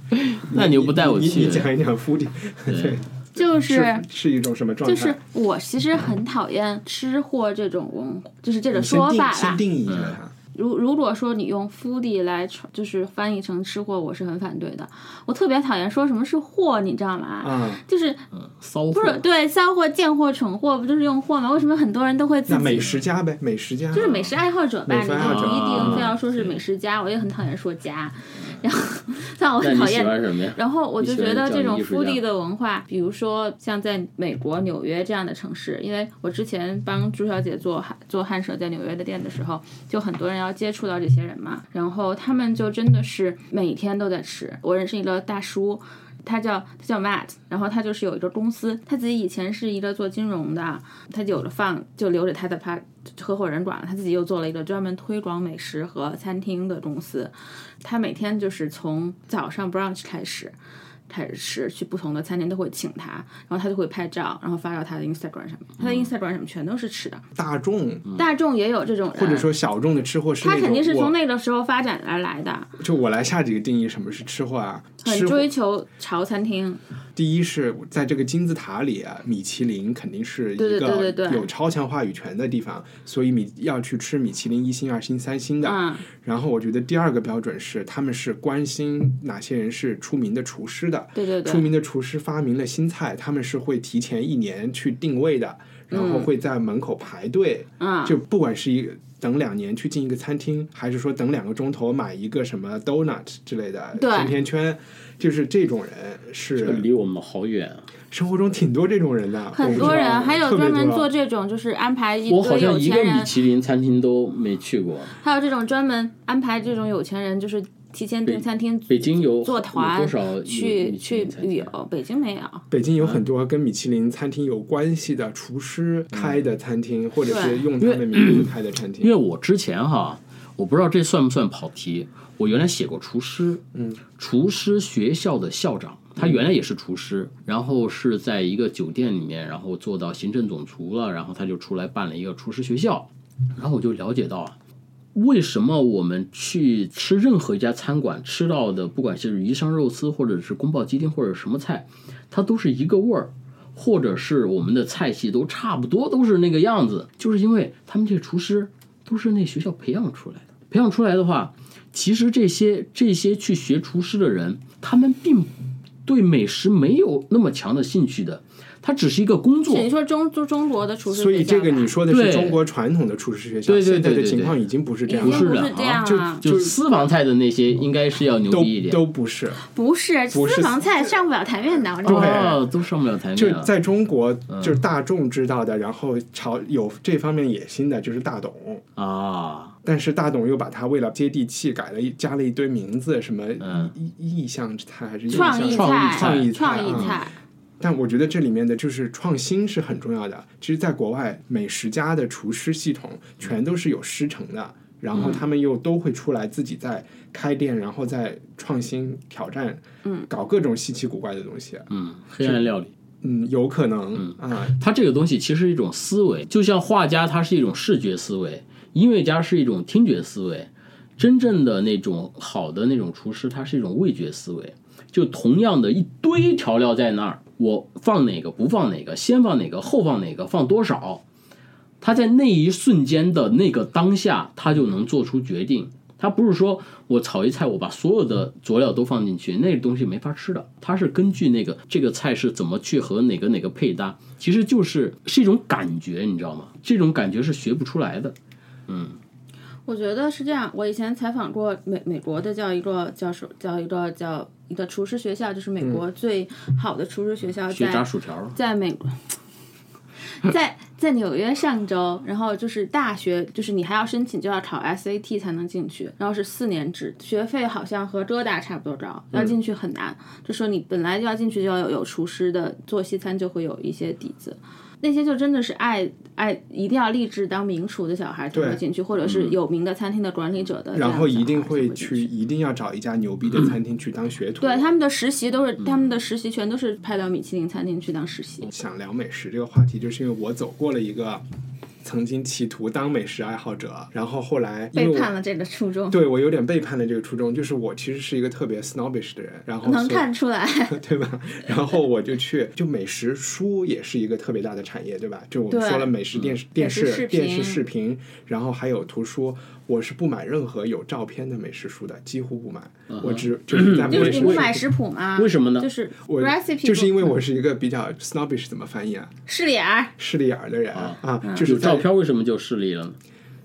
Speaker 4: 那你又不带我
Speaker 3: 你
Speaker 4: 去
Speaker 3: 你，讲一讲夫地，
Speaker 4: 对，
Speaker 5: 就是
Speaker 3: 是一种什么状态？
Speaker 5: 就是我其实很讨厌吃货这种文，就是这种
Speaker 3: 嗯先
Speaker 5: 说
Speaker 3: 定
Speaker 5: 法
Speaker 3: 先
Speaker 5: 啦。
Speaker 3: 定义一下它。
Speaker 5: 如如果说你用 foodie 来传就是翻译成吃货，我是很反对的。我特别讨厌说什么是货，你知道吗？
Speaker 3: 嗯
Speaker 5: 就是
Speaker 4: 骚货
Speaker 5: 不是对骚货、贱货、蠢货，不就是用货吗？为什么很多人都会自
Speaker 3: 那
Speaker 5: 己
Speaker 3: 美食家呗，美食家
Speaker 5: 就是美食爱好者吧？
Speaker 3: 美
Speaker 5: 你
Speaker 3: 食
Speaker 5: 不
Speaker 3: 爱好者
Speaker 5: 一定
Speaker 4: 啊
Speaker 5: 非要说是美食家，我也很讨厌说家。 然后，但我
Speaker 4: 那
Speaker 5: 很
Speaker 4: 你
Speaker 5: 讨
Speaker 4: 喜
Speaker 5: 厌
Speaker 4: 欢什么呀？
Speaker 5: 然后我就觉得这种
Speaker 4: 你喜欢
Speaker 5: 腹
Speaker 4: 叫你艺术家
Speaker 5: 地的文化，比如说像在美国纽约这样的城市，因为我之前帮朱小姐做汉做汉舍在纽约的店的时候，就很多人要接触到这些人嘛，然后他们就真的是每天都在吃。我认识一个大叔。他叫他叫 Matt，然后他就是有一个公司，他自己以前是一个做金融的，他有了放就留着他的他合伙人管了，他自己又做了一个专门推广美食和餐厅的公司，他每天就是从早上 brunch 开始，开始吃，去不同的餐厅都会请他，然后他就会拍照，然后发到他的 Instagram 上面，
Speaker 3: 嗯
Speaker 5: 他的 Instagram 上面全都是吃的，
Speaker 3: 大众
Speaker 4: 嗯
Speaker 5: 大众也有这种人，
Speaker 3: 或者说小众的吃货是
Speaker 5: 他
Speaker 3: 那种
Speaker 5: 肯定是
Speaker 3: 我
Speaker 5: 从那个时候发展而来的，
Speaker 3: 就我来下几个定义，什么是吃货啊？吃
Speaker 5: 很
Speaker 3: 货
Speaker 5: 追求潮餐厅，
Speaker 3: 第一是在这个金字塔里啊，米其林肯定是一
Speaker 5: 对对对
Speaker 3: 个
Speaker 5: 对对
Speaker 3: 有超强话语权的地方，所以米要去吃米其林一星、二星、三星的。
Speaker 5: 嗯
Speaker 3: 然后我觉得第二个标准是，他们是关心哪些人是出名的厨师的，
Speaker 5: 对对对
Speaker 3: 出名的厨师发明了新菜，他们是会提前一年去定位的，然后会在门口排队，
Speaker 5: 嗯
Speaker 3: 就不管是一个等两年去进一个餐厅，还是说等两个钟头买一个什么 donut 之类的
Speaker 5: 对
Speaker 3: 甜甜圈，就是这种人
Speaker 4: 这
Speaker 3: 是
Speaker 4: 离我们好远啊！
Speaker 3: 生活中挺多这种人的，我不
Speaker 5: 很
Speaker 3: 知道
Speaker 5: 多人还有
Speaker 3: 特别
Speaker 5: 专门
Speaker 3: 多啊
Speaker 5: 做这种就是安排一
Speaker 4: 我好
Speaker 5: 堆
Speaker 4: 像
Speaker 5: 有
Speaker 4: 一个
Speaker 5: 钱
Speaker 4: 米
Speaker 5: 人，
Speaker 4: 其林餐厅都没去过。
Speaker 5: 还有这种专门安排这种有钱人就是提前订餐厅
Speaker 4: 北京有
Speaker 5: 做团
Speaker 4: 有多少有
Speaker 5: 去
Speaker 4: 米其
Speaker 5: 去
Speaker 4: 林餐厅啊
Speaker 5: 旅
Speaker 3: 啊
Speaker 5: 游，北京没有，
Speaker 3: 北京有很多跟米其林餐厅有关系的厨师开的餐厅，或者是
Speaker 5: 对
Speaker 3: 用他们名字开的餐
Speaker 4: 因
Speaker 3: 厅
Speaker 4: 为。我之前哈，我不知道这算不算跑题。我原来写过厨师，嗯，厨师学校的校长，他原来也是厨师，然后是在一个酒店里面，然后做到行政总厨了，然后他就出来办了一个厨师学校，然后我就了解到啊。为什么我们去吃任何一家餐馆吃到的，不管是鱼香肉丝，或者是宫保鸡丁，或者什么菜，它都是一个味儿，或者是我们的菜系都差不多，都是那个样子，就是因为他们这些厨师都是那学校培养出来的。培养出来的话，其实这些这些去学厨师的人，他们并对美食没有那么强的兴趣的，它只是一个工作
Speaker 5: 等。于说中中中国的厨 师
Speaker 3: 所以
Speaker 5: 学校
Speaker 3: 这个
Speaker 5: 吧
Speaker 3: 你说的是
Speaker 4: 对
Speaker 3: 中国传统的厨师学校，
Speaker 4: 对对对
Speaker 3: 现在的
Speaker 4: 对对
Speaker 3: 情况已经不是这样
Speaker 5: 已
Speaker 3: 了，
Speaker 5: 经
Speaker 4: 不是
Speaker 5: 不
Speaker 4: 的
Speaker 5: 是这样
Speaker 4: 啊
Speaker 5: 了，
Speaker 4: 就私房菜的那些，应该是要牛逼一
Speaker 3: 都
Speaker 4: 点。
Speaker 3: 都不是。
Speaker 5: 不是
Speaker 3: 不是
Speaker 5: 私房菜上不了台面的，我知道
Speaker 3: 对
Speaker 4: 哦，都上不了台
Speaker 3: 就
Speaker 4: 面了。
Speaker 3: 在中国，就是大众知道的，然后朝有这方面野心的，就是大董。
Speaker 4: 啊，
Speaker 3: 但是大董又把它为了接地气，改了一加了一堆名字，什么
Speaker 4: 嗯
Speaker 3: 意意向菜还是
Speaker 5: 创
Speaker 3: 意
Speaker 5: 意
Speaker 3: 向
Speaker 5: 菜、
Speaker 3: 创意
Speaker 5: 创
Speaker 3: 啊
Speaker 5: 意菜，
Speaker 3: 但我觉得这里面的就是创新是很重要的。其实，在国外，美食家的厨师系统全都是有师承的，然
Speaker 5: 嗯
Speaker 3: 后他们又都会出来自己在开店，然后再创新挑战，嗯，搞各种稀奇古怪的东西。啊
Speaker 4: 嗯，黑暗料理。
Speaker 3: 嗯，有可能啊，
Speaker 4: 它这个东西其实是一种思维，就像画家他是一种视觉思维，音乐家是一种听觉思维，真正的那种好的那种厨师，他是一种味觉思维。就同样的一堆调料在那儿，我放哪个不放哪个，先放哪个后放哪个，放多少，他在那一瞬间的那个当下，他就能做出决定。他不是说我炒一菜，我把所有的佐料都放进去，那个东西没法吃的。它是根据那个这个菜是怎么去和哪个哪个配搭，其实就是是一种感觉，你知道吗？这种感觉是学不出来的。
Speaker 5: 我觉得是这样。我以前采访过美美国的叫一个教授，叫一个叫一个厨师学校，就是美国最好的厨师学校
Speaker 4: 学炸
Speaker 5: 在
Speaker 4: 薯条，
Speaker 5: 在美 国。在在纽约上周，然后就是大学，就是你还要申请，就要考 SAT 才能进去，然后是四年制，学费好像和浙大差不多高，
Speaker 3: 嗯
Speaker 5: 要进去很难。就说你本来就要进去，就要有有厨师的，做西餐就会有一些底子。那些就真的是爱爱，一定要立志当名厨的小孩才会
Speaker 3: 对嗯
Speaker 5: 进去，或者是有名的餐厅的管理者的这样的小孩才进去，
Speaker 3: 然后一定会去，一定要找一家牛逼的餐厅去当学徒。
Speaker 5: 嗯对他们的实习都
Speaker 3: 嗯
Speaker 5: 是他们的实习全都是派到米其林餐厅去当实习。
Speaker 3: 想聊美食这个话题，就是因为我走过了一个曾经企图当美食爱好者，然后后来因为
Speaker 5: 背
Speaker 3: 我
Speaker 5: 叛了这个初衷，
Speaker 3: 对我有点背叛了这个初衷，就是我其实是一个特别 snobbish 的人，然后
Speaker 5: 能
Speaker 4: 哦
Speaker 3: 所以
Speaker 5: 看出来。
Speaker 3: 对吧？然后我就去，就美食书也是一个特别大的产业，对吧？就我们
Speaker 5: 对
Speaker 3: 说了美食电视、电
Speaker 5: 视视
Speaker 3: 视、
Speaker 5: 频
Speaker 3: 电视视频，然后还有图书，我是不买任何有照片的美食书的，几乎不买。
Speaker 4: 嗯
Speaker 3: 我只就是在
Speaker 5: 嗯 就是
Speaker 3: 美
Speaker 5: 你
Speaker 3: 食
Speaker 5: 不买食谱吗？
Speaker 4: 为什么呢
Speaker 5: 就是
Speaker 3: 我
Speaker 5: recipe，
Speaker 3: 就是因为
Speaker 5: 不
Speaker 3: 我是一个比较 snobbish 怎么翻译啊？
Speaker 5: 势利眼儿，
Speaker 3: 势利眼儿的人
Speaker 4: 啊
Speaker 3: 啊，
Speaker 5: 嗯
Speaker 3: 就是
Speaker 4: 有
Speaker 3: 在
Speaker 4: 照片为什么就势利了呢？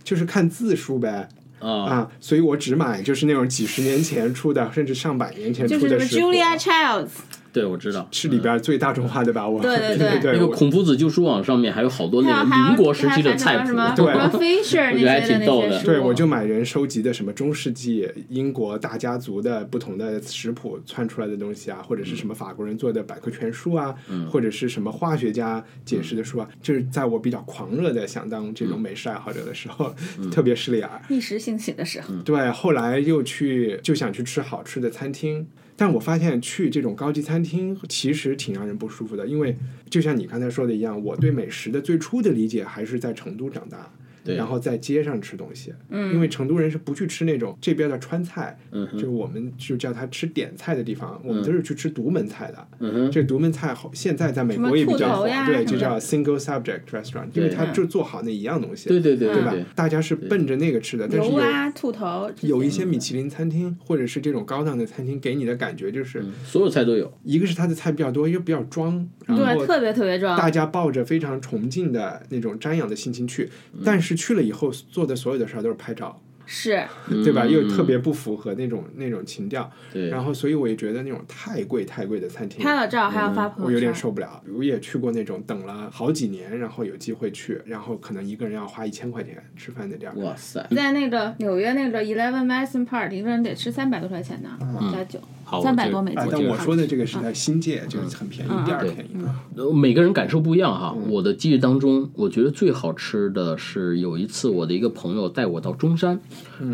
Speaker 3: 就是看字书呗。
Speaker 4: 啊，
Speaker 3: 啊，所以我只买就是那种几十年前出的，甚至上百年前
Speaker 5: 就
Speaker 3: 出
Speaker 5: 是什
Speaker 3: 的
Speaker 5: 么
Speaker 3: 食谱，
Speaker 5: Julia Childs，
Speaker 4: 对，我知道。
Speaker 3: 是里边最大众化的吧？我
Speaker 5: 对对对
Speaker 3: 对
Speaker 4: 那
Speaker 3: 对，
Speaker 4: 个
Speaker 3: 我
Speaker 4: 孔夫子旧书网上面还有好多
Speaker 5: 还有
Speaker 4: 那个
Speaker 5: 还有
Speaker 4: 民国时期
Speaker 5: 还
Speaker 4: 的
Speaker 5: 有
Speaker 4: 菜
Speaker 5: 什
Speaker 4: 谱，
Speaker 5: 么
Speaker 3: 对
Speaker 5: Laura Fisher
Speaker 4: 我觉得还
Speaker 5: 那些的
Speaker 4: 挺逗
Speaker 5: 那些
Speaker 4: 的
Speaker 5: 书，
Speaker 3: 对，我就买人收集的什么中世纪英国大家族的不同的食谱窜出来的东西啊，或者是
Speaker 4: 嗯
Speaker 3: 什么法国人做的百科全书啊，或者是什么化学家
Speaker 4: 嗯
Speaker 3: 解释的书啊，就是在我比较狂热的想当这种美食爱好者的时候，
Speaker 4: 嗯
Speaker 3: 特别啊势利眼儿。
Speaker 5: 一时兴起的时候，
Speaker 3: 对，后来又去就想去吃好吃的餐厅，但我发现去这种高级餐厅其实挺让人不舒服的，因为就像你刚才说的一样，我对美食的最初的理解还是在成都长大。然后在街上吃东西，嗯，因为成都人是不去吃那种这边的川菜，嗯，就是我们就叫它吃点菜的地方，
Speaker 4: 嗯
Speaker 3: 我们都是去吃独门菜的。嗯这独门菜好，现在在美
Speaker 5: 什么
Speaker 3: 国也比
Speaker 5: 兔
Speaker 3: 较
Speaker 5: 头
Speaker 3: 火
Speaker 5: 呀，
Speaker 3: 对，
Speaker 5: 什
Speaker 3: 就
Speaker 5: 么嗯
Speaker 3: 叫 single subject restaurant，因为
Speaker 4: 对
Speaker 3: 它就做好那一样东西，
Speaker 4: 对对对
Speaker 3: 对
Speaker 4: 对
Speaker 3: 吧？
Speaker 4: 对，
Speaker 3: 大家是奔着那个吃的，但是
Speaker 5: 牛
Speaker 3: 有
Speaker 5: 蛙、啊兔头这些，
Speaker 3: 有一
Speaker 4: 嗯
Speaker 3: 些米其林餐厅或者是这种高档的餐厅，给你的感觉就是，
Speaker 4: 所有菜都有。
Speaker 3: 一个是它的菜比较多，一个比较装，然
Speaker 5: 对，
Speaker 3: 后
Speaker 5: 特别特别壮，
Speaker 3: 大家抱着非常崇敬的那种瞻仰的心情去，但是去了以后做的所有的事儿都是拍照，
Speaker 5: 是
Speaker 3: 对吧？又特别不符合那种那种情调，
Speaker 4: 对，
Speaker 3: 然后所以我也觉得那种太贵太贵的餐厅。
Speaker 5: 拍了照还要发朋
Speaker 3: 嗯
Speaker 5: 友圈，
Speaker 3: 我有点受不了，我也去过那种等了好几年，然后有机会去，然后可能一个人要花一千块钱吃饭的地儿，
Speaker 4: 哇塞，
Speaker 5: 在那个纽约那个 Eleven Madison Park，一个人得吃三百多块钱呢，
Speaker 3: 嗯
Speaker 5: 加酒
Speaker 4: 好，
Speaker 5: 三百
Speaker 4: 我
Speaker 5: 多美
Speaker 4: 这
Speaker 3: 啊，
Speaker 5: 金。
Speaker 4: 我
Speaker 3: 但
Speaker 4: 这
Speaker 3: 我说的这个是在新界，就是很便宜，第二
Speaker 4: 对
Speaker 3: 便宜啊。
Speaker 4: 呃每个人感受不一样哈。我的记忆当中，我觉得最好吃的是有一次我的一个朋友带我到中山，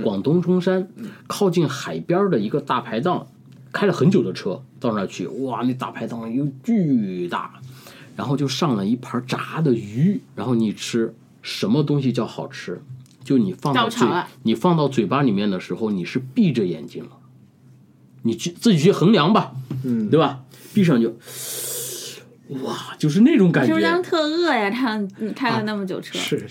Speaker 4: 广东中山靠近海边儿的一个大排档，开了很久的车到那儿去，哇，那大排档又巨大，然后就上了一盘炸的鱼，然后你吃什么东西叫好吃？就你放到
Speaker 5: 照炒
Speaker 4: 嘴
Speaker 5: 了，
Speaker 4: 你放到嘴巴里面的时候，你是闭着眼睛了，你去自己去衡量吧，嗯，对吧？闭上就，哇，就是那种感
Speaker 5: 是
Speaker 4: 觉，
Speaker 5: 不是当特饿呀？看你开了那么久车，
Speaker 3: 是，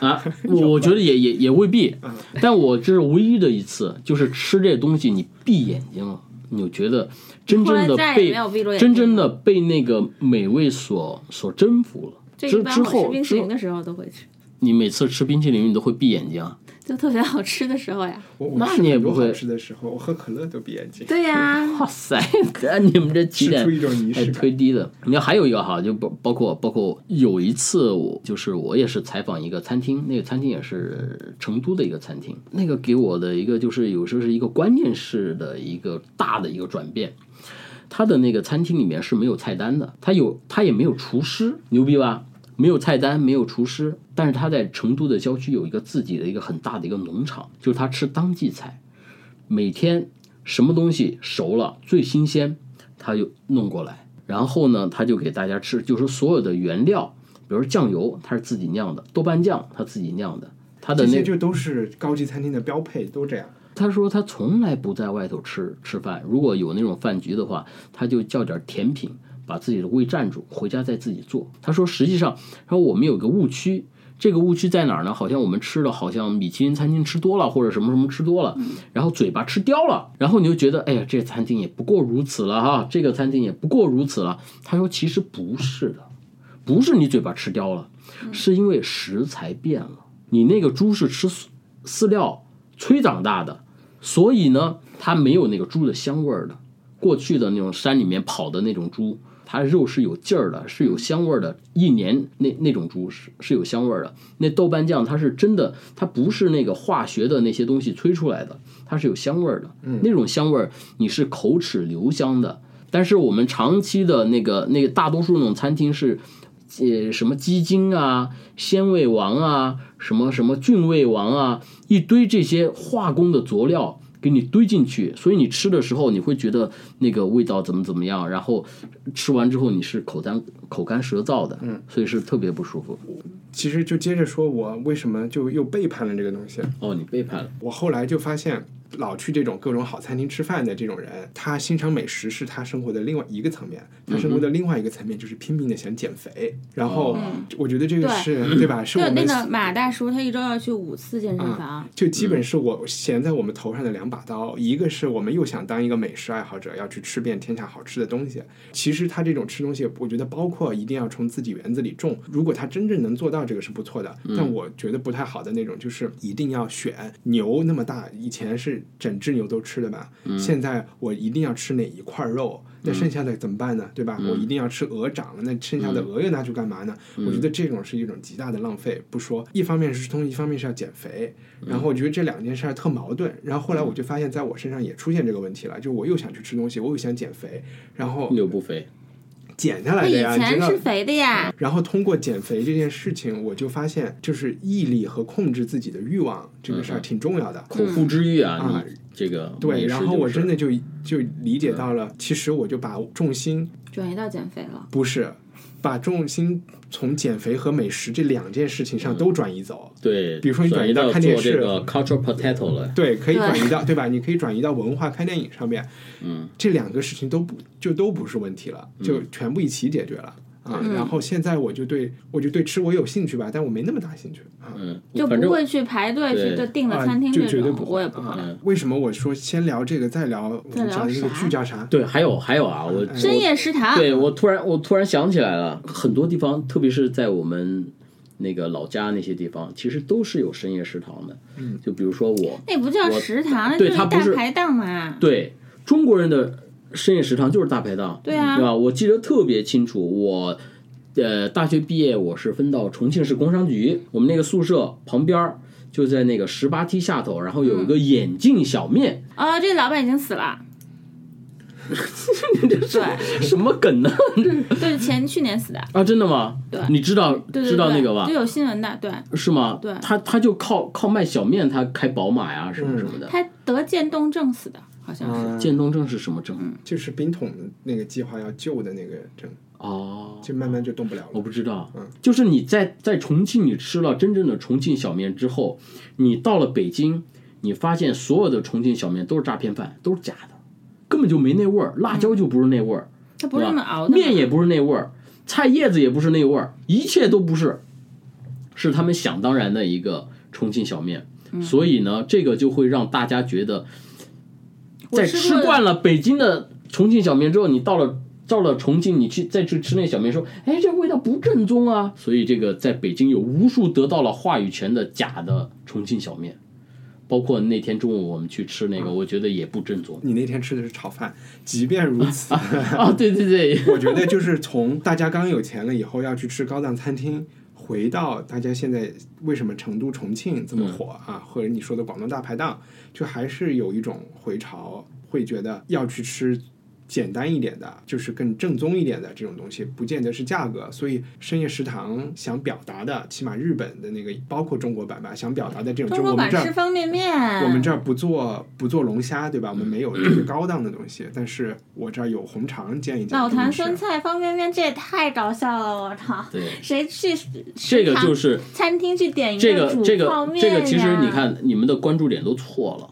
Speaker 4: 啊，我我觉得也也也未必，但我这是唯一的一次，就是吃这东西，你闭眼睛了，你就觉得真正
Speaker 5: 后来
Speaker 4: 的
Speaker 5: 再也
Speaker 4: 被
Speaker 5: 没有闭过眼睛
Speaker 4: 真正的被那个美味所所征服了。
Speaker 5: 这
Speaker 4: 之
Speaker 5: 一般
Speaker 4: 之
Speaker 5: 我吃
Speaker 4: 后
Speaker 5: 冰淇
Speaker 4: 之
Speaker 5: 淋
Speaker 4: 后，
Speaker 5: 的时候都会吃，
Speaker 4: 你每次吃冰淇淋，你都会闭眼睛啊。
Speaker 5: 就特别好吃的时候呀。
Speaker 3: 我我
Speaker 4: 那
Speaker 3: 吃
Speaker 4: 你也
Speaker 3: 很多
Speaker 4: 不会
Speaker 3: 好吃的时候，我喝可乐都闭眼睛。
Speaker 5: 对呀，
Speaker 4: 哇塞，你们这起点
Speaker 3: 吃出一种仪式
Speaker 4: 还
Speaker 3: 感
Speaker 4: 推低的。你看还有一个哈，就包包括包括有一次我就是我也是采访一个餐厅，那个餐厅也是成都的一个餐厅，那个给我的一个就是有时候是一个观念式的一个大的一个转变。他的那个餐厅里面是没有菜单的，他有他也没有厨师，牛逼吧？没有菜单，没有厨师，但是他在成都的郊区有一个自己的一个很大的一个农场，就是他吃当季菜，每天什么东西熟了最新鲜，他就弄过来，然后呢，他就给大家吃，就是所有的原料，比如说酱油，他是自己酿的，豆瓣酱他自己酿的，他的
Speaker 3: 这
Speaker 4: 那
Speaker 3: 些就都是高级餐厅的标配，都这样。
Speaker 4: 他说他从来不在外头吃吃饭，如果有那种饭局的话，他就叫点甜品，把自己的胃占住，回家再自己做。他说实际上，他说我们有个误区，这个误区在哪儿呢？好像我们吃了，好像米其林餐厅吃多了，或者什么什么吃多了，然后嘴巴吃刁了，然后你就觉得哎呀，这餐厅也不过如此了哈，这个餐厅也不过如此了。他说其实不是的，不是你嘴巴吃刁了，是因为食材变了。你那个猪是吃饲饲料催长大的，所以呢，它没有那个猪的香味儿的。过去的那种山里面跑的那种猪，它肉是有劲儿的，是有香味儿的。一年那那种猪是是有香味儿的。那豆瓣酱它是真的，它不是那个化学的那些东西催出来的，它是有香味儿的。那种香味儿你是口齿留香的。但是我们长期的那个那个大多数那种餐厅是呃什么鸡精啊、鲜味王啊、什么什么菌味王啊，一堆这些化工的佐料给你堆进去，所以你吃的时候你会觉得那个味道怎么怎么样，然后吃完之后你是口干口干舌燥的，嗯，所以是特别不舒服。
Speaker 3: 其实就接着说，我为什么就又背叛了这个东西？
Speaker 4: 哦，你背叛了，
Speaker 3: 我后来就发现，老去这种各种好餐厅吃饭的这种人，他欣赏美食是他生活的另外一个层面，他生活
Speaker 4: 嗯
Speaker 3: 的另外一个层面就是拼命的想减肥。然
Speaker 4: 哦
Speaker 3: 后我觉得这个是对吧？是我
Speaker 5: 就那
Speaker 3: 们
Speaker 5: 个马大叔，他一周要去五次健身房，
Speaker 3: 就基
Speaker 4: 嗯
Speaker 3: 本是我悬在我们头上的两把刀，一个是我们又想当一个美食爱好者，要去吃遍天下好吃的东西。其实他这种吃东西，我觉得包括一定要从自己园子里种。如果他真正能做到这个是不错的，但我觉得不太好的那种就是一定要选牛那么大，以前是整只牛都吃的吧，现在我一定要吃哪一块肉。那剩下的怎么办呢？对吧？我一定要吃鹅掌了，那剩下的鹅又拿去干嘛呢？我觉得这种是一种极大的浪费。不说，一方面是吃东西，一方面是要减肥。然后我觉得这两件事儿特矛盾。然后后来我就发现，在我身上也出现这个问题了，就是我又想去吃东西，我又想减肥，然后
Speaker 4: 又不肥，
Speaker 3: 减下来
Speaker 5: 他
Speaker 3: 的
Speaker 5: 以
Speaker 3: 呀，你知
Speaker 5: 前
Speaker 3: 道
Speaker 5: 是。肥的呀，
Speaker 3: 然后通过减肥这件事情，我就发现，就是毅力和控制自己的欲望这个事儿挺重要的。
Speaker 4: 口腹之欲啊，
Speaker 3: 啊
Speaker 4: 你这个
Speaker 3: 对，
Speaker 4: 嗯美食
Speaker 3: 然后
Speaker 4: 就
Speaker 3: 我
Speaker 4: 是嗯
Speaker 3: 真的就就理解到了，其实我就把重心
Speaker 5: 转移到减肥了。
Speaker 3: 不是，把重心从减肥和美食这两件事情上
Speaker 4: 嗯
Speaker 3: 都转移走。
Speaker 4: 对，
Speaker 3: 比如说你
Speaker 4: 转
Speaker 3: 转
Speaker 4: 移
Speaker 3: 移到
Speaker 4: 到
Speaker 3: 看电
Speaker 4: 做这
Speaker 3: 视
Speaker 4: 个 cultural potato 了，
Speaker 3: 对，可以
Speaker 5: 对
Speaker 3: 转移到对吧？你可以转移到文化、看电影上面。嗯，这两个事情都不就都不是问题了，
Speaker 4: 嗯
Speaker 3: 就全部一起解决了。啊，
Speaker 5: 嗯
Speaker 3: 然后现在我就对我就对吃我有兴趣吧，但我没那么大兴趣啊。
Speaker 4: 嗯，
Speaker 5: 就
Speaker 4: 反
Speaker 5: 不
Speaker 4: 正
Speaker 5: 会去排队
Speaker 4: 对
Speaker 5: 去就订了
Speaker 3: 啊
Speaker 5: 餐厅
Speaker 3: 就
Speaker 5: 这
Speaker 3: 绝对
Speaker 5: 种，
Speaker 3: 不会啊
Speaker 5: 我也不会。
Speaker 3: 为什么我说先聊这个，再聊我
Speaker 5: 再
Speaker 3: 们
Speaker 5: 聊
Speaker 3: 讲的那个
Speaker 5: 啥
Speaker 3: 剧叫啥？
Speaker 4: 对，还有还有啊，我
Speaker 5: 深
Speaker 4: 我
Speaker 5: 夜食堂，
Speaker 4: 对我突然我突然想起来了，很多地方，特别是在我们那个老家那些地方，其实都是有深夜食堂的。嗯，就比如说我，
Speaker 5: 那不叫
Speaker 4: 我
Speaker 5: 食堂，那就
Speaker 4: 对
Speaker 5: 一
Speaker 4: 它不是
Speaker 5: 大排档嘛。
Speaker 4: 对中国人的深夜食堂就是大排档，
Speaker 5: 对啊
Speaker 4: 吧？我记得特别清楚，我呃大学毕业，我是分到重庆市工商局，我们那个宿舍旁边儿就在那个十八梯下头，然后有一
Speaker 5: 嗯
Speaker 4: 个眼镜小面，
Speaker 5: 啊、这个老板已经死了。对，
Speaker 4: 什么梗呢？
Speaker 5: 对，前去年死的，
Speaker 4: 啊，真的吗？
Speaker 5: 对
Speaker 4: 你知道
Speaker 5: 对对对，
Speaker 4: 知道那个吧
Speaker 5: 就？有新闻的，对，
Speaker 4: 是吗？
Speaker 5: 对
Speaker 4: 他他就靠靠卖小面，他开宝马呀，什么什么的。
Speaker 5: 他得渐冻症死的，好像是。
Speaker 4: 渐冻症是什么症？
Speaker 3: 就是冰桶那个计划要救的那个症，
Speaker 4: 哦，
Speaker 3: 就慢慢就动不了
Speaker 4: 我
Speaker 3: 了。
Speaker 4: 不知道。就是你在在重庆，你吃了真正的重庆小面之后，你到了北京，你发现所有的重庆小面都是诈骗饭，都是假的，根本就没那味儿，辣椒就不是那味儿，
Speaker 5: 他不
Speaker 4: 对
Speaker 5: 是那
Speaker 4: 吧？
Speaker 5: 么熬的嘛，
Speaker 4: 面也不是那味儿，菜叶子也不是那味儿，一切都不是，是他们想当然的一个重庆小面。
Speaker 5: 嗯
Speaker 4: 所以呢，这个就会让大家觉得，在
Speaker 5: 吃
Speaker 4: 吃
Speaker 5: 过的
Speaker 4: 惯了北京的重庆小面之后，你到了。到了重庆，你去再去吃那小面，说，哎，这味道不正宗啊！所以这个在北京有无数得到了话语权的假的重庆小面，包括那天中午我们去吃那
Speaker 5: 嗯
Speaker 4: 个，我觉得也不正宗
Speaker 3: 你那天吃的是炒饭，即便如 此，
Speaker 4: 啊！对对对，
Speaker 3: 我觉得就是从大家刚有钱了以后要去吃高档餐厅，回到大家现在为什么成都、重庆这么火啊，或者你说的广东大排档，就还是有一种回潮，会觉得要去吃。简单一点的，就是更正宗一点的这种东西，不见得是价格。所以深夜食堂想表达的，起码日本的那个，包括中国版吧，想表达的这种，
Speaker 5: 中
Speaker 3: 就
Speaker 5: 国
Speaker 3: 我们
Speaker 5: 馆
Speaker 3: 这儿
Speaker 5: 吃方便面，
Speaker 3: 我们这儿不做不做龙虾，对吧？我们没有这些高档的东西，但是我这儿有红肠建议大家
Speaker 5: 老
Speaker 3: 可以
Speaker 5: 坛
Speaker 3: 试
Speaker 5: 酸菜方便面，这也太搞笑了，我操！
Speaker 4: 对
Speaker 5: 谁去
Speaker 4: 这个就是
Speaker 5: 餐厅去点一
Speaker 4: 这个
Speaker 5: 煮
Speaker 4: 这
Speaker 5: 泡
Speaker 4: 个
Speaker 5: 面
Speaker 4: 这个，其实
Speaker 5: 呀
Speaker 4: 你，看你们的关注点都错了，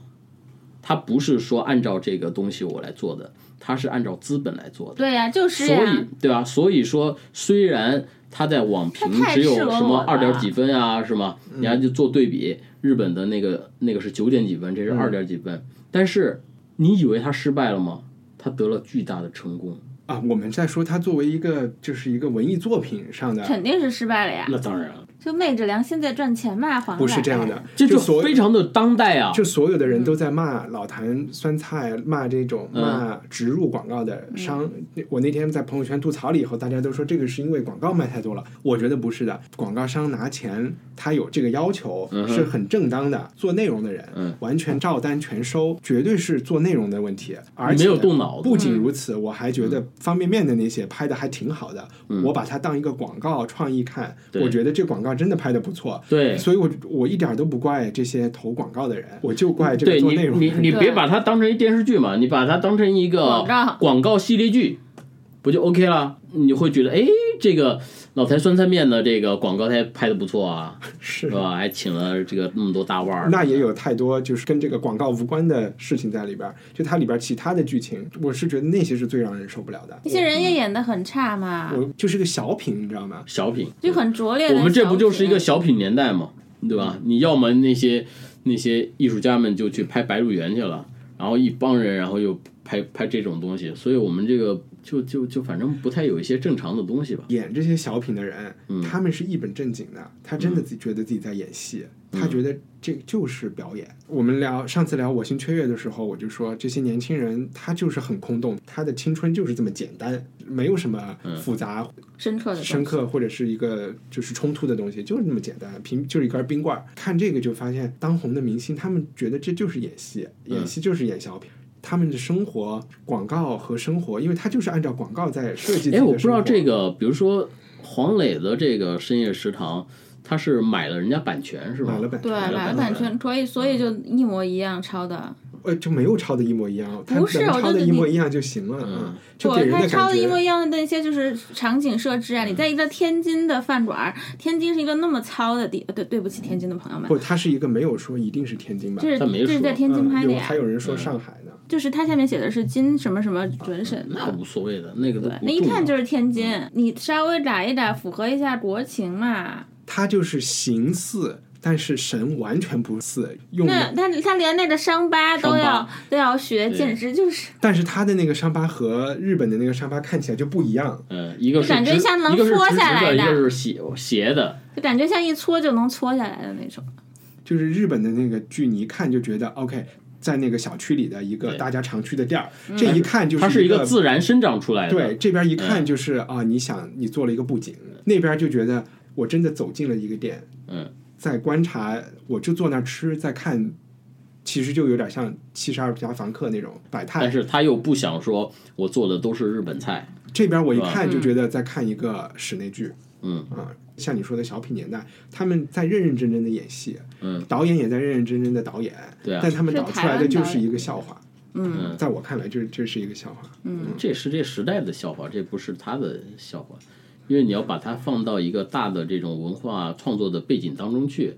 Speaker 4: 它不是说按照这个东西我来做的，它是按照资本来做的。
Speaker 5: 对呀、就是
Speaker 4: 所
Speaker 5: 呀、
Speaker 4: 以对吧？所以说，虽然它在网评
Speaker 5: 它太
Speaker 4: 只有
Speaker 5: 赤裸
Speaker 4: 什么
Speaker 5: 裸
Speaker 4: 二点
Speaker 5: 了
Speaker 4: 几分啊，是吗？你还就做对比，日本的那个那个是九点几分，这是二点几分，但是你以为它失败了吗？它得了巨大的成功，
Speaker 3: 啊，我们在说它作为一个就是一个文艺作品上的，
Speaker 5: 肯定是失败了呀，
Speaker 4: 啊那当然了，
Speaker 5: 就昧着良心在赚钱嘛，黄仔
Speaker 3: 不是这样的，
Speaker 4: 哎这
Speaker 3: 就
Speaker 4: 就
Speaker 3: 所
Speaker 4: 非常的当代啊，
Speaker 3: 就所有的人都在骂老坛酸菜，骂这种
Speaker 4: 嗯
Speaker 3: 骂植入广告的商。我那天在朋友圈吐槽了以后，大家都说这个是因为广告卖太多了，我觉得不是的，广告商拿钱，他有这个要求
Speaker 4: 嗯
Speaker 3: 是很正当的。做内容的人完全照单全收，绝对是做内容的问题，而且
Speaker 4: 没有动脑子嗯
Speaker 3: 不仅如此，我还觉得
Speaker 4: 嗯
Speaker 3: 方便面的那些拍的还挺好的，我把它当一个广告创意看，我觉得这广告告真的拍的不错。
Speaker 4: 对
Speaker 3: 所以我我一点都不怪这些投广告的人，我就怪这个
Speaker 4: 嗯对
Speaker 3: 做
Speaker 4: 你
Speaker 3: 内容的
Speaker 4: 你
Speaker 3: 人。
Speaker 4: 你别把它当成一电视剧嘛，你把它当成一个
Speaker 5: 广告
Speaker 4: 广告系列剧，不就 OK 了？你会觉得哎，这个老坛酸菜面的这个广告它也拍的不错啊，
Speaker 3: 是
Speaker 4: 是 吧？还请了这个那么多大腕儿，
Speaker 3: 那也有太多就是跟这个广告无关的事情在里边儿，就它里边儿其他的剧情，我是觉得那些是最让人受不了的。
Speaker 5: 那些人也演的很差
Speaker 4: 嗯
Speaker 5: 嘛，
Speaker 3: 我就是个小品，你知道吗？
Speaker 4: 小品。
Speaker 5: 就很拙劣的。
Speaker 4: 我们这不就是一个？小品啊年代嘛，对吧？你要么那些那些艺术家们就去拍《白鹿原》去了，然后一帮人，然后又拍拍这种东西，所以我们这个就就就反正不太有一些正常的东西吧。
Speaker 3: 演这些小品的人，
Speaker 4: 嗯
Speaker 3: 他们是一本正经的，他真的自己觉得自己在演戏，
Speaker 4: 嗯
Speaker 3: 他觉得这就是表演。我们聊上次聊《我心雀跃》的时候，我就说这些年轻人他就是很空洞，他的青春就是这么简单，没有什么
Speaker 4: 嗯
Speaker 3: 复杂、
Speaker 5: 深刻的东西
Speaker 3: 深刻或者是一个就是冲突的东西，就是那么简单，平就是一根冰棍儿。看这个就发现，当红的明星他们觉得这就是演戏，
Speaker 5: 嗯
Speaker 3: 演戏就是演小品。他们的生活、广告和生活，因为他就是按照广告在设计自己的
Speaker 4: 哎，
Speaker 3: 生活。
Speaker 4: 我不知道这个，比如说黄磊的这个《深夜食堂》，他是买了人家版权是吧？
Speaker 3: 买了版权
Speaker 5: 对，买了版权，所以所以就一模一样抄的。
Speaker 3: 呃，就没有抄的一模一样，他
Speaker 5: 不是
Speaker 3: 能
Speaker 5: 我
Speaker 3: 抄
Speaker 5: 就
Speaker 3: 的
Speaker 5: 是
Speaker 3: 一
Speaker 5: 你
Speaker 3: 模一样就行了，嗯，就给
Speaker 5: 对，
Speaker 3: 人
Speaker 5: 他
Speaker 3: 的
Speaker 5: 抄
Speaker 3: 感
Speaker 5: 的一模
Speaker 3: 觉。
Speaker 5: 一样的那些就是场景设置啊！你在
Speaker 4: 嗯
Speaker 5: 一个天津的饭馆儿，天津是一个那么糙的地，呃对对不起，天津的朋友们
Speaker 3: 不，，他是一个没有说一定是天津吧
Speaker 5: 这，是
Speaker 4: 他没
Speaker 5: 这是
Speaker 4: 说
Speaker 5: 在天津
Speaker 3: 嗯，
Speaker 5: 拍的
Speaker 3: 有
Speaker 5: 呀嗯
Speaker 3: 还，有人说上海呢，
Speaker 5: 就是它下面写的是金什么什么准审
Speaker 4: 那
Speaker 5: 的。
Speaker 4: 无嗯所谓的，那个都
Speaker 5: 对
Speaker 4: 不，
Speaker 5: 那一看
Speaker 4: 重
Speaker 5: 就是天津，你稍微改一改，符合一下国情嘛。
Speaker 3: 他就是形似，但是神完全不似，用
Speaker 5: 那
Speaker 3: 的，
Speaker 5: 他他连那个伤疤都
Speaker 4: 嗯伤
Speaker 5: 要
Speaker 4: 疤
Speaker 5: 都要学，简直就是
Speaker 3: 但是他的那个伤疤和日本的那个伤疤看起来就不一样，
Speaker 4: 要。呃，一个是
Speaker 5: 感觉
Speaker 4: 直
Speaker 5: 像能
Speaker 4: 一个是
Speaker 5: 缩
Speaker 4: 直
Speaker 5: 下
Speaker 4: 直
Speaker 5: 来
Speaker 4: 的，一
Speaker 5: 的
Speaker 4: 个是斜斜的，
Speaker 5: 就感觉像一搓就能搓下来的那种。
Speaker 3: 就是日本的那个剧，你一看就觉得 OK。在那个小区里的一个
Speaker 4: 对嗯
Speaker 3: 大家常去的店儿，这一看就
Speaker 4: 它是
Speaker 3: 一
Speaker 4: 一
Speaker 3: 个
Speaker 4: 个自然生长出来的。
Speaker 3: 对，这边一看就是
Speaker 4: 嗯
Speaker 3: 啊、你想你做了一个布景，那边就觉得我真的走进了一个店，
Speaker 4: 嗯，
Speaker 3: 在观察，我就坐那儿吃，在看，其实就有点像七十二家房客那种摆
Speaker 4: 但
Speaker 3: 态。
Speaker 4: 是他又不想说我做的都是日本菜，
Speaker 3: 这边我一看就觉得在看一个室内剧，
Speaker 4: 嗯
Speaker 3: 啊、像你说的小品年代，他们在认认真真的演戏，
Speaker 4: 嗯，
Speaker 3: 导演也在认认真真的导演，
Speaker 4: 对啊
Speaker 3: 但他们
Speaker 5: 是
Speaker 3: 导出
Speaker 5: 台
Speaker 3: 来的
Speaker 5: 湾
Speaker 3: 就
Speaker 5: 导
Speaker 3: 是
Speaker 5: 演
Speaker 3: 一个笑话，
Speaker 4: 嗯，
Speaker 3: 在我看来就是这是一个笑话，
Speaker 4: 这是这时代的笑话，这不是他的笑话，因为你要把它放到一个大的这种文化创作的背景当中去，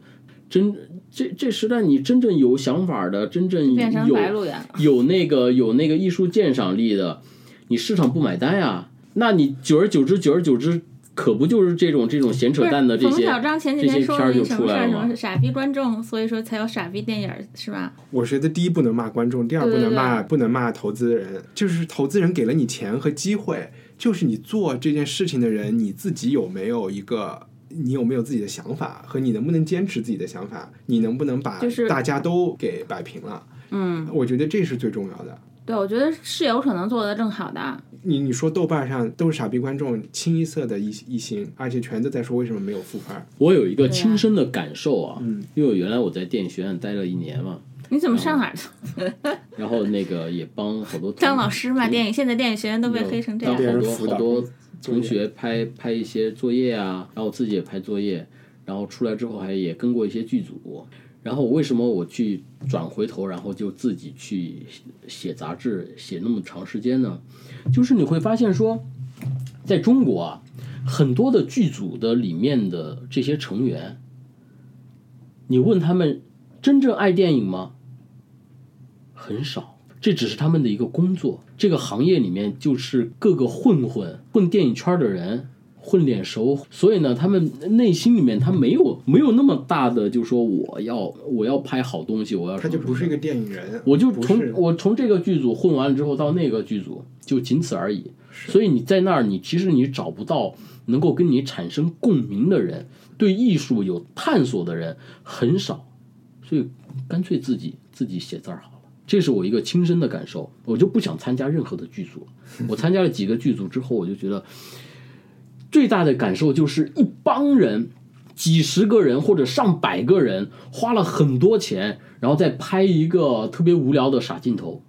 Speaker 4: 真这这时代你真正有想法的，真正
Speaker 5: 变成
Speaker 4: 嗯有
Speaker 5: 白鹿原了
Speaker 4: 有那个有那个艺术鉴赏力的，你市场不买单呀、那你久而久之，久而久之，可不就是这种这种闲扯淡的这
Speaker 5: 冯
Speaker 4: 些
Speaker 5: 小刚前几
Speaker 4: 这
Speaker 5: 天
Speaker 4: 些
Speaker 5: 说
Speaker 4: 片
Speaker 5: 了
Speaker 4: 儿
Speaker 5: 一
Speaker 4: 就
Speaker 5: 什
Speaker 4: 出
Speaker 5: 么事
Speaker 4: 来
Speaker 5: 儿，
Speaker 4: 了
Speaker 5: 什么
Speaker 4: 吗？
Speaker 5: 傻逼观众，所以说才有傻逼电影儿是吧？
Speaker 3: 我觉得第一不能骂观众，第二不
Speaker 5: 对对
Speaker 3: 能骂
Speaker 5: 对
Speaker 3: 不能骂投资人，就是投资人给了你钱和机会，就是你做这件事情的人，你自己有没有一个。你有没有自己的想法和你能不能坚持自己的想法？你能不能把
Speaker 5: 就是
Speaker 3: 大家都给摆平了？嗯，我觉得这是最重要的。
Speaker 5: 对，我觉得是有可能做得更好的。
Speaker 3: 你你说豆瓣上都是傻逼观众，清一色的一一星，而且全都在说为什么没有负分儿。
Speaker 4: 我有一
Speaker 5: 啊
Speaker 4: 个亲身的感受啊，因为我原来我在电影学院待了一年嘛，
Speaker 5: 你怎么上哪儿
Speaker 4: 嗯
Speaker 5: 去？
Speaker 4: 然后那个也帮好多同
Speaker 5: 当老师嘛，电影现在电影学院都被黑成这样
Speaker 3: 对。
Speaker 4: 嗯当好
Speaker 3: 别人辅
Speaker 4: 多
Speaker 3: 导
Speaker 4: 好多同学拍拍一些作业啊，然后我自己也拍作业，然后出来之后还也跟过一些剧组。然后为什么我去转回头，然后就自己去写杂志，写那么长时间呢？就是你会发现说，在中国啊，很多的剧组的里面的这些成员，你问他们真正爱电影吗？很少，这只是他们的一个工作。这个行业里面就是各个混混、混电影圈的人、混脸熟，所以呢，他们内心里面他没有没有那么大的，就说我要我要拍好东西，我要
Speaker 3: 他就不是一个电影人，
Speaker 4: 我就
Speaker 3: 不
Speaker 4: 从
Speaker 3: 是
Speaker 4: 我从这个剧组混完了之后到那个剧组，就仅此而已。所以你在那儿，你其实你找不到能够跟你产生共鸣的人，对艺术有探索的人很少，所以干脆自己自己写字儿好了。这是我一个亲身的感受，我就不想参加任何的剧组。我参加了几个剧组之后，我就觉得最大的感受就是一帮人几十个人或者上百个人花了很多钱，然后再拍一个特别无聊的傻镜头，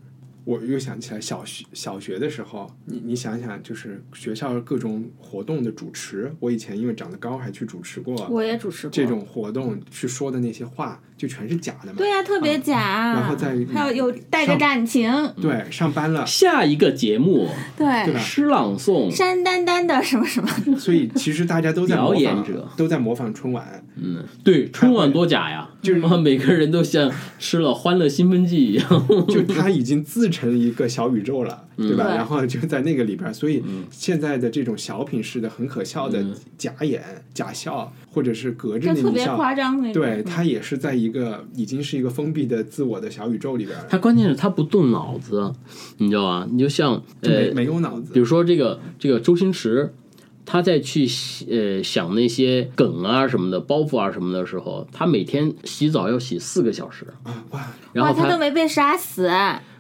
Speaker 3: 我又想起来小学小学的时候，你你想想，就是学校各种活动的主持，我以前因为长得高还去主持过
Speaker 5: 我也主持过
Speaker 3: 这种活动，去说的那些话就全是假的嘛。
Speaker 5: 对啊呀、特
Speaker 4: 啊
Speaker 5: 别假。然
Speaker 3: 后再
Speaker 5: 还有有带着感情，
Speaker 3: 对，上班了，
Speaker 4: 下一个节 目
Speaker 5: 对
Speaker 3: 吧
Speaker 4: 诗朗诵，
Speaker 5: 山丹丹的什么 什么，
Speaker 3: 所以其实大家都在模
Speaker 4: 表
Speaker 3: 仿
Speaker 4: 演者，
Speaker 3: 都在模仿春 晚。
Speaker 4: 嗯，对，春晚多假呀，就是妈每个人都像吃了《欢乐兴奋剂》一样。
Speaker 3: 就他已经自成一个小宇宙了，对吧？
Speaker 5: 对
Speaker 3: 然后就在那个里边儿，所以
Speaker 4: 嗯
Speaker 3: 现在的这种小品式的很可笑的假演、假笑，或者是隔着
Speaker 5: 就
Speaker 3: 那
Speaker 5: 特
Speaker 3: 一
Speaker 5: 别
Speaker 3: 笑，
Speaker 5: 夸张那种。嗯
Speaker 3: 对
Speaker 4: 嗯
Speaker 3: 他也是在一个已经是一个封闭的自我的小宇宙里边儿，
Speaker 4: 他关键是他不动脑子，你知道吧？你就像
Speaker 3: 就没、
Speaker 4: 呃，
Speaker 3: 没有脑
Speaker 4: 比
Speaker 3: 子。
Speaker 4: 如说这个这个周星驰，他在去呃想那些梗啊什么的、包袱啊什么的时候，他每天洗澡要洗四个小时，
Speaker 3: 啊哇，
Speaker 4: 然
Speaker 5: 哇，
Speaker 4: 后
Speaker 5: 他都
Speaker 4: 他
Speaker 5: 没被杀死，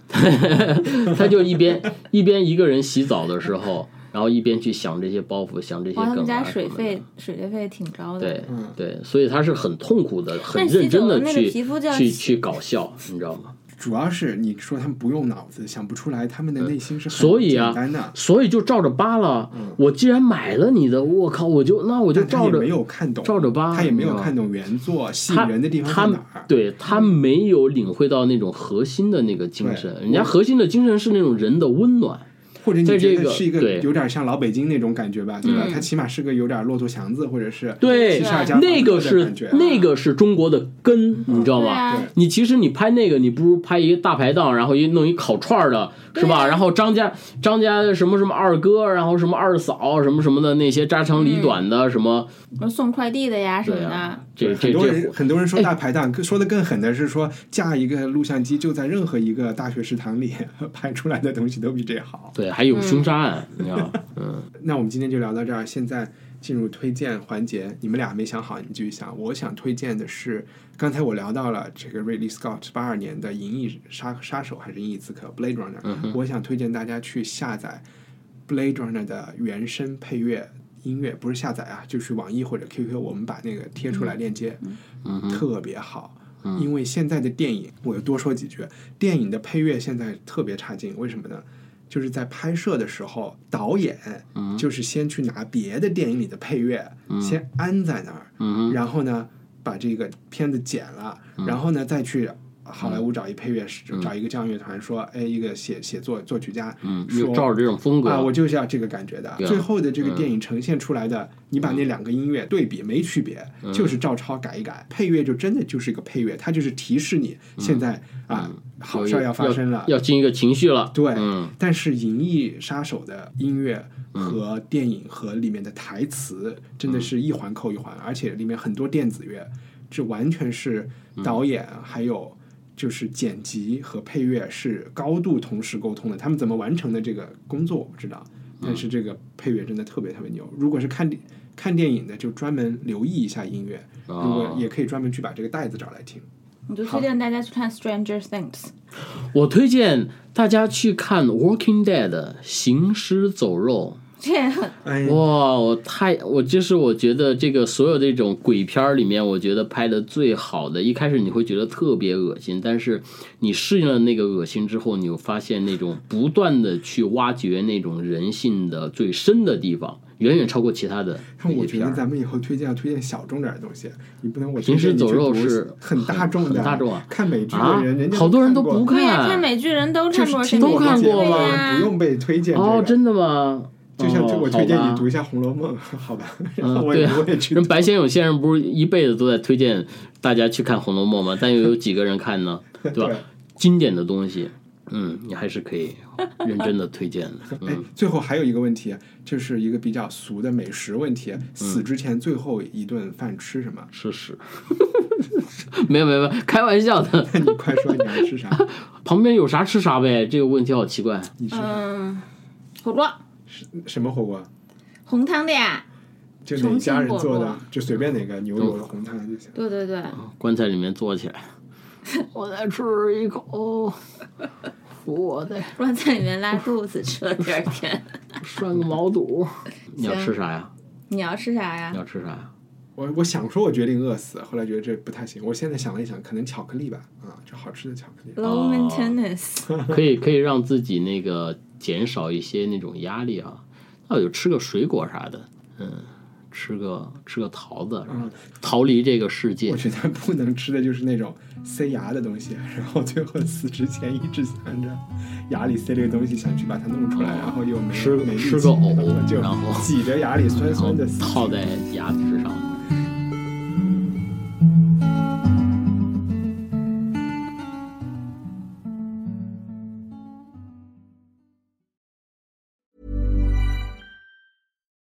Speaker 4: 他就一边一边一个人洗澡的时候，然后一边去想这些包袱、想这些
Speaker 5: 哇，他们
Speaker 4: 梗
Speaker 5: 家
Speaker 4: 啊
Speaker 5: 水
Speaker 4: 什么的
Speaker 5: 费。水电费挺高的。
Speaker 4: 对
Speaker 3: 嗯
Speaker 4: 对，所以他是很痛苦的、很
Speaker 5: 那洗
Speaker 4: 认真的
Speaker 5: 澡那个
Speaker 4: 去
Speaker 5: 皮肤就要
Speaker 4: 去
Speaker 5: 洗
Speaker 4: 去搞笑，你知道吗？
Speaker 3: 主要是你说他们不用脑子，想不出来，他们的内心是
Speaker 4: 所
Speaker 3: 很
Speaker 4: 以
Speaker 3: 简
Speaker 4: 啊
Speaker 3: 单的。，
Speaker 4: 所以就照着扒了。我既然买了你的，我靠，我就那我就
Speaker 3: 嗯但他
Speaker 4: 照
Speaker 3: 也
Speaker 4: 着
Speaker 3: 没有看懂，
Speaker 4: 照着扒
Speaker 3: 他也没
Speaker 4: 你
Speaker 3: 有
Speaker 4: 知道
Speaker 3: 看懂原作吸
Speaker 4: 他
Speaker 3: 引人的地方在
Speaker 4: 他
Speaker 3: 哪儿。嗯
Speaker 4: 对他没有领会到那种核心的那个精神，
Speaker 3: 对
Speaker 4: 人家核心的精神是那种人的温暖。
Speaker 3: 或者你
Speaker 4: 在
Speaker 3: 觉
Speaker 4: 这
Speaker 3: 得
Speaker 4: 个
Speaker 3: 是一个
Speaker 4: 对嗯
Speaker 3: 有点像老北京那种感觉吧，对吧？它起码是个有点骆驼祥子或者是
Speaker 4: 对
Speaker 3: 七十二家，
Speaker 4: 那
Speaker 3: 房
Speaker 4: 个
Speaker 3: 客的
Speaker 4: 是
Speaker 3: 感觉。啊
Speaker 4: 那个是中国的根，你知道
Speaker 5: 对
Speaker 4: 吧
Speaker 5: 啊？
Speaker 4: 你其实你拍那个，你不如拍一个大排档，然后一弄一烤串儿的，
Speaker 5: 啊
Speaker 4: 是吧？然后张家张家什么什么二哥，然后什么二嫂什么什么的那些家长里短
Speaker 5: 嗯
Speaker 4: 的什么，
Speaker 5: 什么送快递的呀什么
Speaker 4: 对啊呀
Speaker 5: 的，，
Speaker 4: 这
Speaker 3: 很
Speaker 4: 这
Speaker 3: 多
Speaker 4: 这哎
Speaker 3: 人很多人说大排档，说的更狠的是说架一个录像机就在任何一个大学食堂里 拍出来的东西都比这好。
Speaker 4: 对，还有凶杀案，你知道吗？嗯，
Speaker 3: 那我们今天就聊到这儿，现在进入推荐环节。你们俩没想好，你们继续想。我想推荐的是，刚才我聊到了这个瑞利 ·Scott 八二年的《银翼杀杀手》还是《银翼刺客》（Blade Runner），、我想推荐大家去下载 Blade Runner 的原声配乐音乐，不是下载啊，就去网易或者 QQ，我们把那个贴出来链接，
Speaker 4: 嗯
Speaker 3: 特别好。因为现在的电影，我又多说几句，电影的配乐现在特别差劲，为什么呢？就是在拍摄的时候，导演
Speaker 4: 嗯
Speaker 3: 就是先去拿别的电影里的配乐，先安在那儿，
Speaker 4: 嗯
Speaker 3: 然后呢把这个片子剪了，然后呢再去好莱坞
Speaker 4: 嗯
Speaker 3: 找一配乐师，找一个交响乐团说，哎，一个写写作作曲家，
Speaker 4: 就
Speaker 3: 说
Speaker 4: 嗯照着这种风格
Speaker 3: 啊，我就是要这个感觉的。
Speaker 4: 对啊
Speaker 3: 最后的这个电影呈现出来的，你把那两个音乐对比没区别，
Speaker 4: 嗯
Speaker 3: 就是照抄改一改，配乐就真的就是一个配乐，它就是提示你现在
Speaker 4: 嗯
Speaker 3: 啊好事儿要发生了，
Speaker 4: 要进一个情绪了。
Speaker 3: 对，
Speaker 4: 嗯
Speaker 3: 但是《银翼杀手》的音乐和电影和里面的台
Speaker 4: 嗯
Speaker 3: 词真的是一环扣一环，而且里面很多电子乐，这完全是
Speaker 4: 嗯
Speaker 3: 导演还有就是剪辑和配乐是高度同时沟通的。他们怎么完成的这个工作我不知道，
Speaker 4: 嗯
Speaker 3: 但是这个配乐真的特别特别牛。如果是看电看电影的，就专门留意一下音乐，如
Speaker 4: 哦
Speaker 3: 果也可以专门去把这个带子找来听。
Speaker 5: 我就推荐大家去看《Stranger Things》。
Speaker 4: 我推荐大家去看《Walking Dead》行尸走肉。
Speaker 5: 这很
Speaker 3: 哎
Speaker 4: 哇，我太我这是我觉得这个所有这种鬼片儿里面，我觉得拍的最好的。一开始你会觉得特别恶心，但是你适应了那个恶心之后，你又发现那种不断的去挖掘那种人性的最深的地方，远远超过其他的那
Speaker 3: 我
Speaker 4: 些
Speaker 3: 觉
Speaker 4: 片
Speaker 3: 得
Speaker 4: 儿。
Speaker 3: 咱们以后推荐要推荐小众点儿的东西，你不能我
Speaker 4: 平时
Speaker 3: 推荐你去
Speaker 4: 走肉
Speaker 3: 读
Speaker 4: 是
Speaker 3: 很大众的，
Speaker 4: 很大众啊
Speaker 3: 看美剧的人，
Speaker 4: 啊
Speaker 3: 人家
Speaker 4: 好多人都
Speaker 3: 看过
Speaker 4: 不看
Speaker 5: 对呀，看美剧人都
Speaker 3: 就
Speaker 5: 看过
Speaker 3: 是
Speaker 5: 这
Speaker 3: 听我
Speaker 5: 个，
Speaker 4: 都
Speaker 3: 们
Speaker 4: 看
Speaker 3: 节
Speaker 4: 过
Speaker 3: 目
Speaker 4: 吗
Speaker 3: 的
Speaker 5: 对呀
Speaker 3: 人不用被推荐这个。
Speaker 4: 哦，真的吗？
Speaker 3: 就像
Speaker 4: 哦
Speaker 3: 我推荐
Speaker 4: 好吧
Speaker 3: 你读一下《红楼梦》，好吧？然后
Speaker 4: 嗯，
Speaker 3: 我
Speaker 4: 对
Speaker 3: 也
Speaker 4: 啊
Speaker 3: 不会，去
Speaker 4: 人
Speaker 3: 读。
Speaker 4: 白先勇先生不是一辈子都在推荐大家去看《红楼梦》吗？但又有几个人 看呢？对吧？
Speaker 3: 对
Speaker 4: 经典的东西，嗯，你还是可以认真的推荐的。嗯
Speaker 3: 哎，最后还有一个问题，就是一个比较俗的美食问
Speaker 4: 嗯
Speaker 3: 题：死之前最后一顿饭吃什么？
Speaker 4: 吃屎， 没有没有没有，开玩笑的。
Speaker 3: 那你快说你要吃 啥？
Speaker 4: 旁边有啥吃啥呗，这个问题好奇怪。
Speaker 3: 你吃啥
Speaker 5: 嗯，火锅
Speaker 3: 什么火锅？
Speaker 5: 红汤的呀，
Speaker 3: 就哪家人做
Speaker 5: 重庆火
Speaker 3: 的
Speaker 5: 锅？
Speaker 3: 就随便哪个牛油的红汤就行。
Speaker 5: 对对对，
Speaker 4: 棺材里面坐起来， 我再吃一口，我再
Speaker 5: 不然在里面拉肚子吃了第二 天。
Speaker 4: 涮个毛肚。你要吃啥呀？
Speaker 5: 你要吃啥呀
Speaker 4: 你？要吃啥呀？
Speaker 3: 我我想说，我决定饿死，后来觉得这不太行。我现在想了一想，可能巧克力吧，啊，就好吃的巧克力。
Speaker 4: 哦
Speaker 5: Low maintenance，
Speaker 4: 可以可以让自己那个减少一些那种压力啊。那我就吃个水果啥的，嗯，吃个吃个桃子，然后逃离这个世
Speaker 3: 嗯
Speaker 4: 界
Speaker 3: 我。觉得不能吃的就是那种塞牙的东西， 然后最后死之前一直想着牙里塞这个东西，想去把它弄出来，然后又没
Speaker 4: 哦吃
Speaker 3: 没力气
Speaker 4: 吃个藕
Speaker 3: 然后就
Speaker 4: 然后
Speaker 3: 挤着牙里酸
Speaker 4: 然后
Speaker 3: 酸的死去。
Speaker 4: 套在牙齿上。